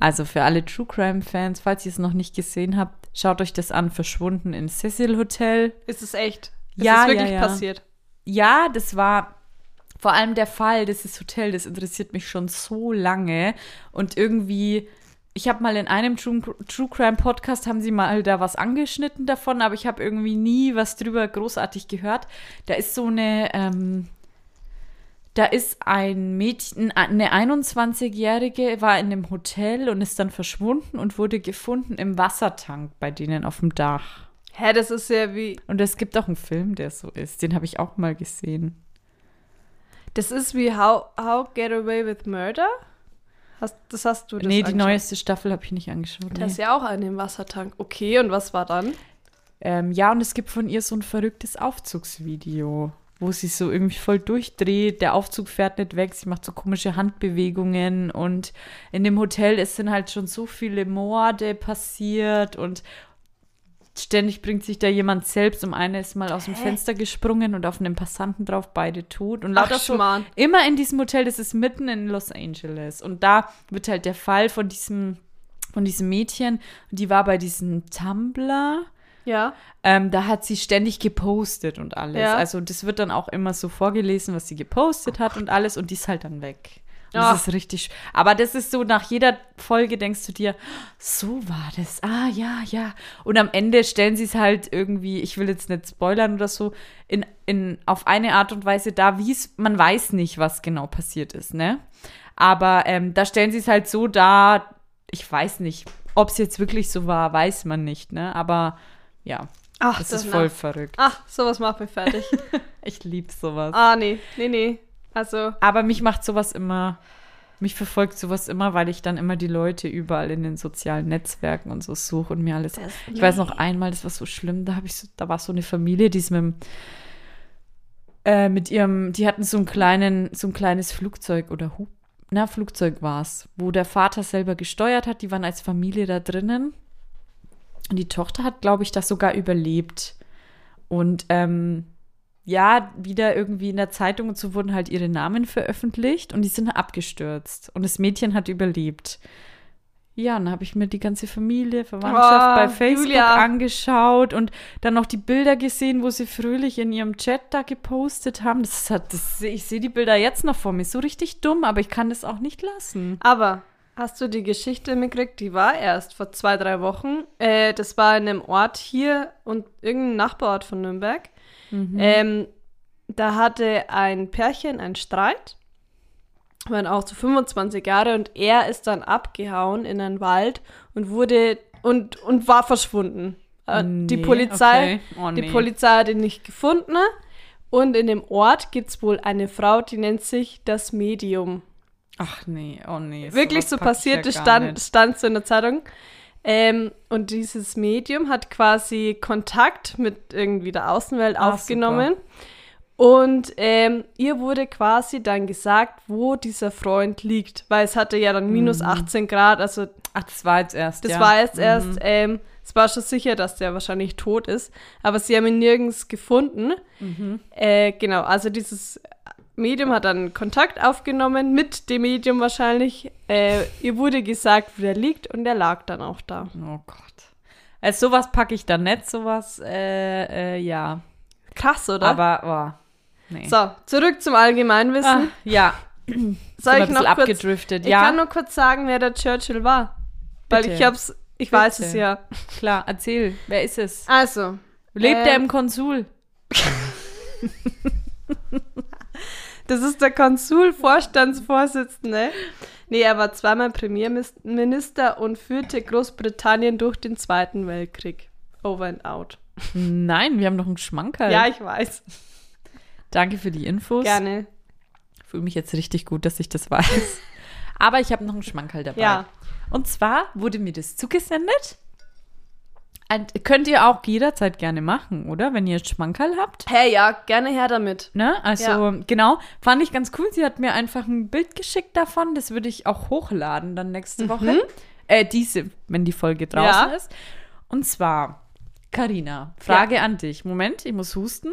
[SPEAKER 3] Also für alle True Crime Fans, falls ihr es noch nicht gesehen habt, schaut euch das an. Verschwunden im Cecil Hotel.
[SPEAKER 2] Ist es echt?
[SPEAKER 3] Ja,
[SPEAKER 2] ist
[SPEAKER 3] ja,
[SPEAKER 2] es wirklich
[SPEAKER 3] ja.
[SPEAKER 2] passiert?
[SPEAKER 3] Ja, das war vor allem der Fall, das ist Hotel, das interessiert mich schon so lange. Und irgendwie, ich habe mal in einem True, True Crime Podcast, haben sie mal da was angeschnitten davon, aber ich habe irgendwie nie was drüber großartig gehört. Da ist so eine, ähm, da ist ein Mädchen, äh, eine 21-Jährige, war in einem Hotel und ist dann verschwunden und wurde gefunden im Wassertank bei denen auf dem Dach.
[SPEAKER 2] Hä, das ist ja wie.
[SPEAKER 3] Und es gibt auch einen Film, der so ist. Den habe ich auch mal gesehen.
[SPEAKER 2] Das ist wie How, How Get Away with Murder? Hast, das hast du das
[SPEAKER 3] nee, die
[SPEAKER 2] angeschaut?
[SPEAKER 3] neueste Staffel habe ich nicht angeschaut.
[SPEAKER 2] Da ist
[SPEAKER 3] nee.
[SPEAKER 2] ja auch an dem Wassertank. Okay, und was war dann?
[SPEAKER 3] ähm, ja, und es gibt von ihr so ein verrücktes Aufzugsvideo, wo sie so irgendwie voll durchdreht. Der Aufzug fährt nicht weg, sie macht so komische Handbewegungen. Und in dem Hotel es sind halt schon so viele Morde passiert und ständig bringt sich da jemand selbst. Um eine ist mal aus dem Fenster gesprungen und auf einen Passanten drauf, beide tot. Und lauter
[SPEAKER 2] Ach,
[SPEAKER 3] so
[SPEAKER 2] Schmarrn.
[SPEAKER 3] immer in diesem Hotel, das ist mitten in Los Angeles. Und da wird halt der Fall von diesem, von diesem Mädchen, die war bei diesem Tumblr.
[SPEAKER 2] Ja.
[SPEAKER 3] Ähm, da hat sie ständig gepostet und alles.
[SPEAKER 2] Ja.
[SPEAKER 3] Also das wird dann auch immer so vorgelesen, was sie gepostet hat und alles. Und die ist halt dann weg. Und
[SPEAKER 2] Ach.
[SPEAKER 3] Das ist richtig. sch- Aber das ist so, nach jeder Folge denkst du dir, so war das. Ah, ja, ja. Und am Ende stellen sie es halt irgendwie, ich will jetzt nicht spoilern oder so, in, in, auf eine Art und Weise da, wie es, man weiß nicht, was genau passiert ist, ne? Aber ähm, da stellen sie es halt so da, ich weiß nicht, ob es jetzt wirklich so war, weiß man nicht, ne? Aber ja,
[SPEAKER 2] Ach,
[SPEAKER 3] das,
[SPEAKER 2] das
[SPEAKER 3] ist voll
[SPEAKER 2] macht- Ah.
[SPEAKER 3] verrückt.
[SPEAKER 2] Ach, sowas macht mich fertig.
[SPEAKER 3] Ich liebe sowas.
[SPEAKER 2] ah, nee, nee, nee. Also,
[SPEAKER 3] Aber mich macht sowas immer, mich verfolgt sowas immer, weil ich dann immer die Leute überall in den sozialen Netzwerken und so suche und mir alles. ich weiß noch einmal, das war so schlimm, da habe ich so, da war so eine Familie, die ist mit dem äh, mit ihrem, die hatten so einen kleinen, so ein kleines Flugzeug oder Hub, na, Flugzeug war's, wo der Vater selber gesteuert hat, die waren als Familie da drinnen. Und die Tochter hat, glaube ich, das sogar überlebt. Und ähm, ja, wieder irgendwie in der Zeitung und so wurden halt ihre Namen veröffentlicht und die sind abgestürzt. Und das Mädchen hat überlebt. Ja, und dann habe ich mir die ganze Familie, Verwandtschaft
[SPEAKER 2] Oh,
[SPEAKER 3] bei Facebook
[SPEAKER 2] Julia.
[SPEAKER 3] angeschaut und dann noch die Bilder gesehen, wo sie fröhlich in ihrem Chat da gepostet haben. Das ist halt, das, ich sehe die Bilder jetzt noch vor mir. So richtig dumm, aber ich kann das auch nicht lassen.
[SPEAKER 2] aber hast du die Geschichte mitgekriegt? Die war erst vor zwei, drei Wochen. Äh, das war in einem Ort hier und irgendein Nachbarort von Nürnberg.
[SPEAKER 3] Mhm.
[SPEAKER 2] Ähm, da hatte ein Pärchen einen Streit, waren auch so 25 Jahre und er ist dann abgehauen in einen Wald und wurde und, und war verschwunden. Äh, die
[SPEAKER 3] Nee,
[SPEAKER 2] Polizei,
[SPEAKER 3] okay. Oh,
[SPEAKER 2] die
[SPEAKER 3] nee.
[SPEAKER 2] Polizei hat ihn nicht gefunden Und in dem Ort gibt es wohl eine Frau, die nennt sich das Medium.
[SPEAKER 3] Ach nee, oh nee.
[SPEAKER 2] Wirklich
[SPEAKER 3] sowas
[SPEAKER 2] so
[SPEAKER 3] pack ich
[SPEAKER 2] passiert, das
[SPEAKER 3] gar
[SPEAKER 2] stand,
[SPEAKER 3] nicht.
[SPEAKER 2] stand so in der Zeitung. Ähm, und dieses Medium hat quasi Kontakt mit irgendwie der Außenwelt
[SPEAKER 3] Ah,
[SPEAKER 2] aufgenommen. Und ähm, ihr wurde quasi dann gesagt, wo dieser Freund liegt, weil es hatte ja dann minus
[SPEAKER 3] Mhm.
[SPEAKER 2] 18 Grad, also
[SPEAKER 3] Ach, das war jetzt erst.
[SPEAKER 2] das
[SPEAKER 3] ja. Mhm.
[SPEAKER 2] war jetzt erst, ähm, es war schon sicher, dass der wahrscheinlich tot ist, aber sie haben ihn nirgends gefunden.
[SPEAKER 3] Mhm.
[SPEAKER 2] Äh, genau, also dieses Medium hat dann Kontakt aufgenommen mit dem Medium wahrscheinlich. Äh, ihr wurde gesagt, wo der liegt und der lag dann auch da.
[SPEAKER 3] Oh Gott. Also sowas packe ich dann nicht, sowas, äh, äh, ja.
[SPEAKER 2] Krass, oder?
[SPEAKER 3] Aber, oh, nee.
[SPEAKER 2] so, zurück zum
[SPEAKER 3] Ah,
[SPEAKER 2] Allgemeinwissen.
[SPEAKER 3] ja,
[SPEAKER 2] Soll ich
[SPEAKER 3] ein
[SPEAKER 2] noch
[SPEAKER 3] bisschen
[SPEAKER 2] kurz,
[SPEAKER 3] abgedriftet.
[SPEAKER 2] Ich
[SPEAKER 3] ja,
[SPEAKER 2] kann nur kurz sagen, wer der Churchill war. Weil
[SPEAKER 3] Bitte.
[SPEAKER 2] ich hab's, ich weiß es
[SPEAKER 3] Bitte.
[SPEAKER 2] ja.
[SPEAKER 3] klar, erzähl, wer ist es?
[SPEAKER 2] Also,
[SPEAKER 3] Lebt er
[SPEAKER 2] ähm,
[SPEAKER 3] im Konsul?
[SPEAKER 2] Das ist der Konsul-Vorstandsvorsitzende. Nee, er war zweimal Premierminister und führte Großbritannien durch den Zweiten Weltkrieg. Over and out.
[SPEAKER 3] Nein, wir haben noch einen Schmankerl.
[SPEAKER 2] Ja, ich weiß.
[SPEAKER 3] Danke für die Infos.
[SPEAKER 2] Gerne.
[SPEAKER 3] Ich fühle mich jetzt richtig gut, dass ich das weiß. Aber ich habe noch einen Schmankerl dabei.
[SPEAKER 2] Ja.
[SPEAKER 3] Und zwar wurde mir das zugesendet. Und könnt ihr auch jederzeit gerne machen, oder? Wenn ihr Schmankerl habt.
[SPEAKER 2] Hey, ja, gerne her damit.
[SPEAKER 3] Ne? Also,
[SPEAKER 2] Ja.
[SPEAKER 3] genau. Fand ich ganz cool. Sie hat mir einfach ein Bild geschickt davon. Das würde ich auch hochladen dann nächste Woche. Äh, diese, wenn die Folge draußen
[SPEAKER 2] Ja.
[SPEAKER 3] ist. Und zwar, Karina, Frage an dich. Moment, ich muss husten.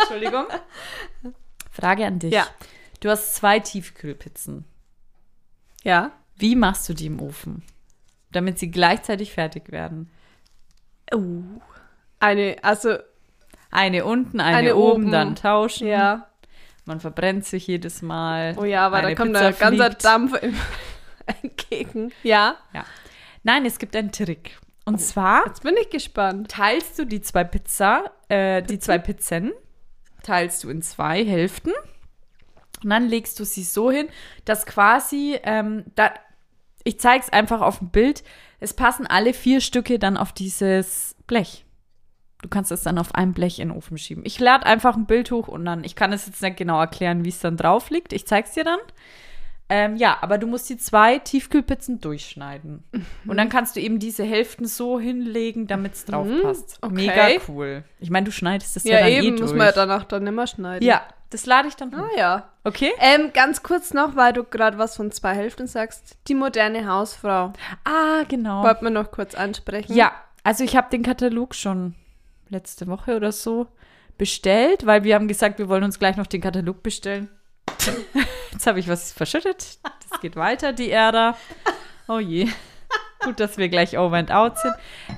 [SPEAKER 3] Entschuldigung. Frage an dich.
[SPEAKER 2] Ja.
[SPEAKER 3] Du hast zwei Tiefkühlpizzen.
[SPEAKER 2] Ja.
[SPEAKER 3] Wie machst du die im Ofen? Damit sie gleichzeitig fertig werden.
[SPEAKER 2] Uh. Eine, also,
[SPEAKER 3] Eine unten, eine,
[SPEAKER 2] Eine
[SPEAKER 3] oben,
[SPEAKER 2] oben.
[SPEAKER 3] dann tauschen.
[SPEAKER 2] ja.
[SPEAKER 3] Man verbrennt sich jedes Mal.
[SPEAKER 2] Oh ja, aber
[SPEAKER 3] Eine
[SPEAKER 2] da kommt
[SPEAKER 3] Pizza
[SPEAKER 2] ein ganzer
[SPEAKER 3] fliegt.
[SPEAKER 2] Dampf im- entgegen. Ja.
[SPEAKER 3] Ja. Nein, es gibt einen Trick. Und zwar
[SPEAKER 2] Jetzt bin ich gespannt.
[SPEAKER 3] teilst du die zwei Pizza, äh, die zwei Pizzen, teilst du in zwei Hälften. Und dann legst du sie so hin, dass quasi, ähm, da, ich zeige es einfach auf dem Bild, es passen alle vier Stücke dann auf dieses Blech. Du kannst es dann auf ein Blech in den Ofen schieben. Ich lade einfach ein Bild hoch und dann, ich kann es jetzt nicht genau erklären, wie es dann drauf liegt. Ich zeig's dir dann. Ähm, ja, aber du musst die zwei Tiefkühlpizzen durchschneiden.
[SPEAKER 2] Mhm.
[SPEAKER 3] Und dann kannst du eben diese Hälften so hinlegen, damit es drauf passt.
[SPEAKER 2] Mhm. okay.
[SPEAKER 3] Mega cool. Ich meine, du schneidest das ja,
[SPEAKER 2] Ja,
[SPEAKER 3] dann eh
[SPEAKER 2] eben,
[SPEAKER 3] durch.
[SPEAKER 2] muss man ja danach dann immer schneiden.
[SPEAKER 3] Ja, das lade ich dann hoch.
[SPEAKER 2] Ah, ja.
[SPEAKER 3] Okay?
[SPEAKER 2] Ähm, ganz kurz noch, weil du gerade was von zwei Hälften sagst. Die moderne Hausfrau.
[SPEAKER 3] Ah, genau.
[SPEAKER 2] Wollt man noch kurz ansprechen?
[SPEAKER 3] Ja, also ich habe den Katalog schon letzte Woche oder so bestellt, weil wir haben gesagt, wir wollen uns gleich noch den Katalog bestellen. Jetzt habe ich was verschüttet. Das geht weiter, die Ära. Oh je. Gut, dass wir gleich over and out sind.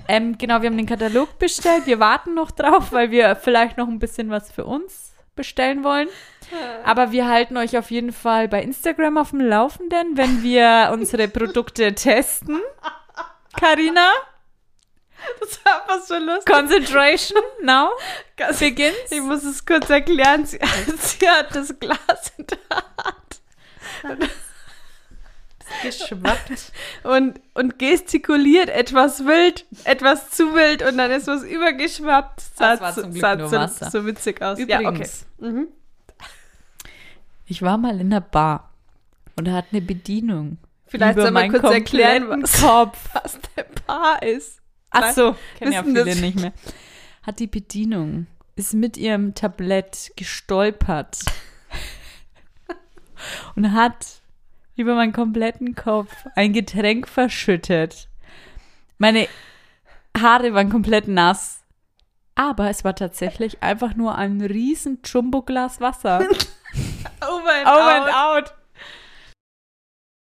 [SPEAKER 3] Ähm, genau, wir haben den Katalog bestellt. Wir warten noch drauf, weil wir vielleicht noch ein bisschen was für uns bestellen wollen. Aber wir halten euch auf jeden Fall bei Instagram auf dem Laufenden, wenn wir unsere Produkte testen. Karina?
[SPEAKER 2] Das war fast schon lustig.
[SPEAKER 3] Concentration now begins.
[SPEAKER 2] Ich muss es kurz erklären. Sie, sie hat das Glas in der
[SPEAKER 3] Geschwappt.
[SPEAKER 2] und, und gestikuliert etwas wild, etwas zu wild und dann ist was übergeschwappt.
[SPEAKER 3] Das
[SPEAKER 2] Sah
[SPEAKER 3] war
[SPEAKER 2] so-
[SPEAKER 3] zum Glück
[SPEAKER 2] sah
[SPEAKER 3] nur
[SPEAKER 2] so-
[SPEAKER 3] Wasser.
[SPEAKER 2] so witzig aus. ja, okay. Mhm.
[SPEAKER 3] Übrigens. Ich war mal in der Bar und da hat eine Bedienung.
[SPEAKER 2] Vielleicht
[SPEAKER 3] über
[SPEAKER 2] soll man
[SPEAKER 3] meinen
[SPEAKER 2] kurz erklären,
[SPEAKER 3] kompletten
[SPEAKER 2] was-
[SPEAKER 3] Kopf.
[SPEAKER 2] Was der Paar ist.
[SPEAKER 3] Ach so, kennen ja
[SPEAKER 2] wissen
[SPEAKER 3] viele
[SPEAKER 2] das-
[SPEAKER 3] nicht mehr. Hat die Bedienung, ist mit ihrem Tablett gestolpert und hat über meinen kompletten Kopf ein Getränk verschüttet. Meine Haare waren komplett nass. Aber es war tatsächlich einfach nur ein riesen Jumbo-Glas Wasser.
[SPEAKER 2] Over and
[SPEAKER 3] Oh Over and
[SPEAKER 2] out.
[SPEAKER 3] out.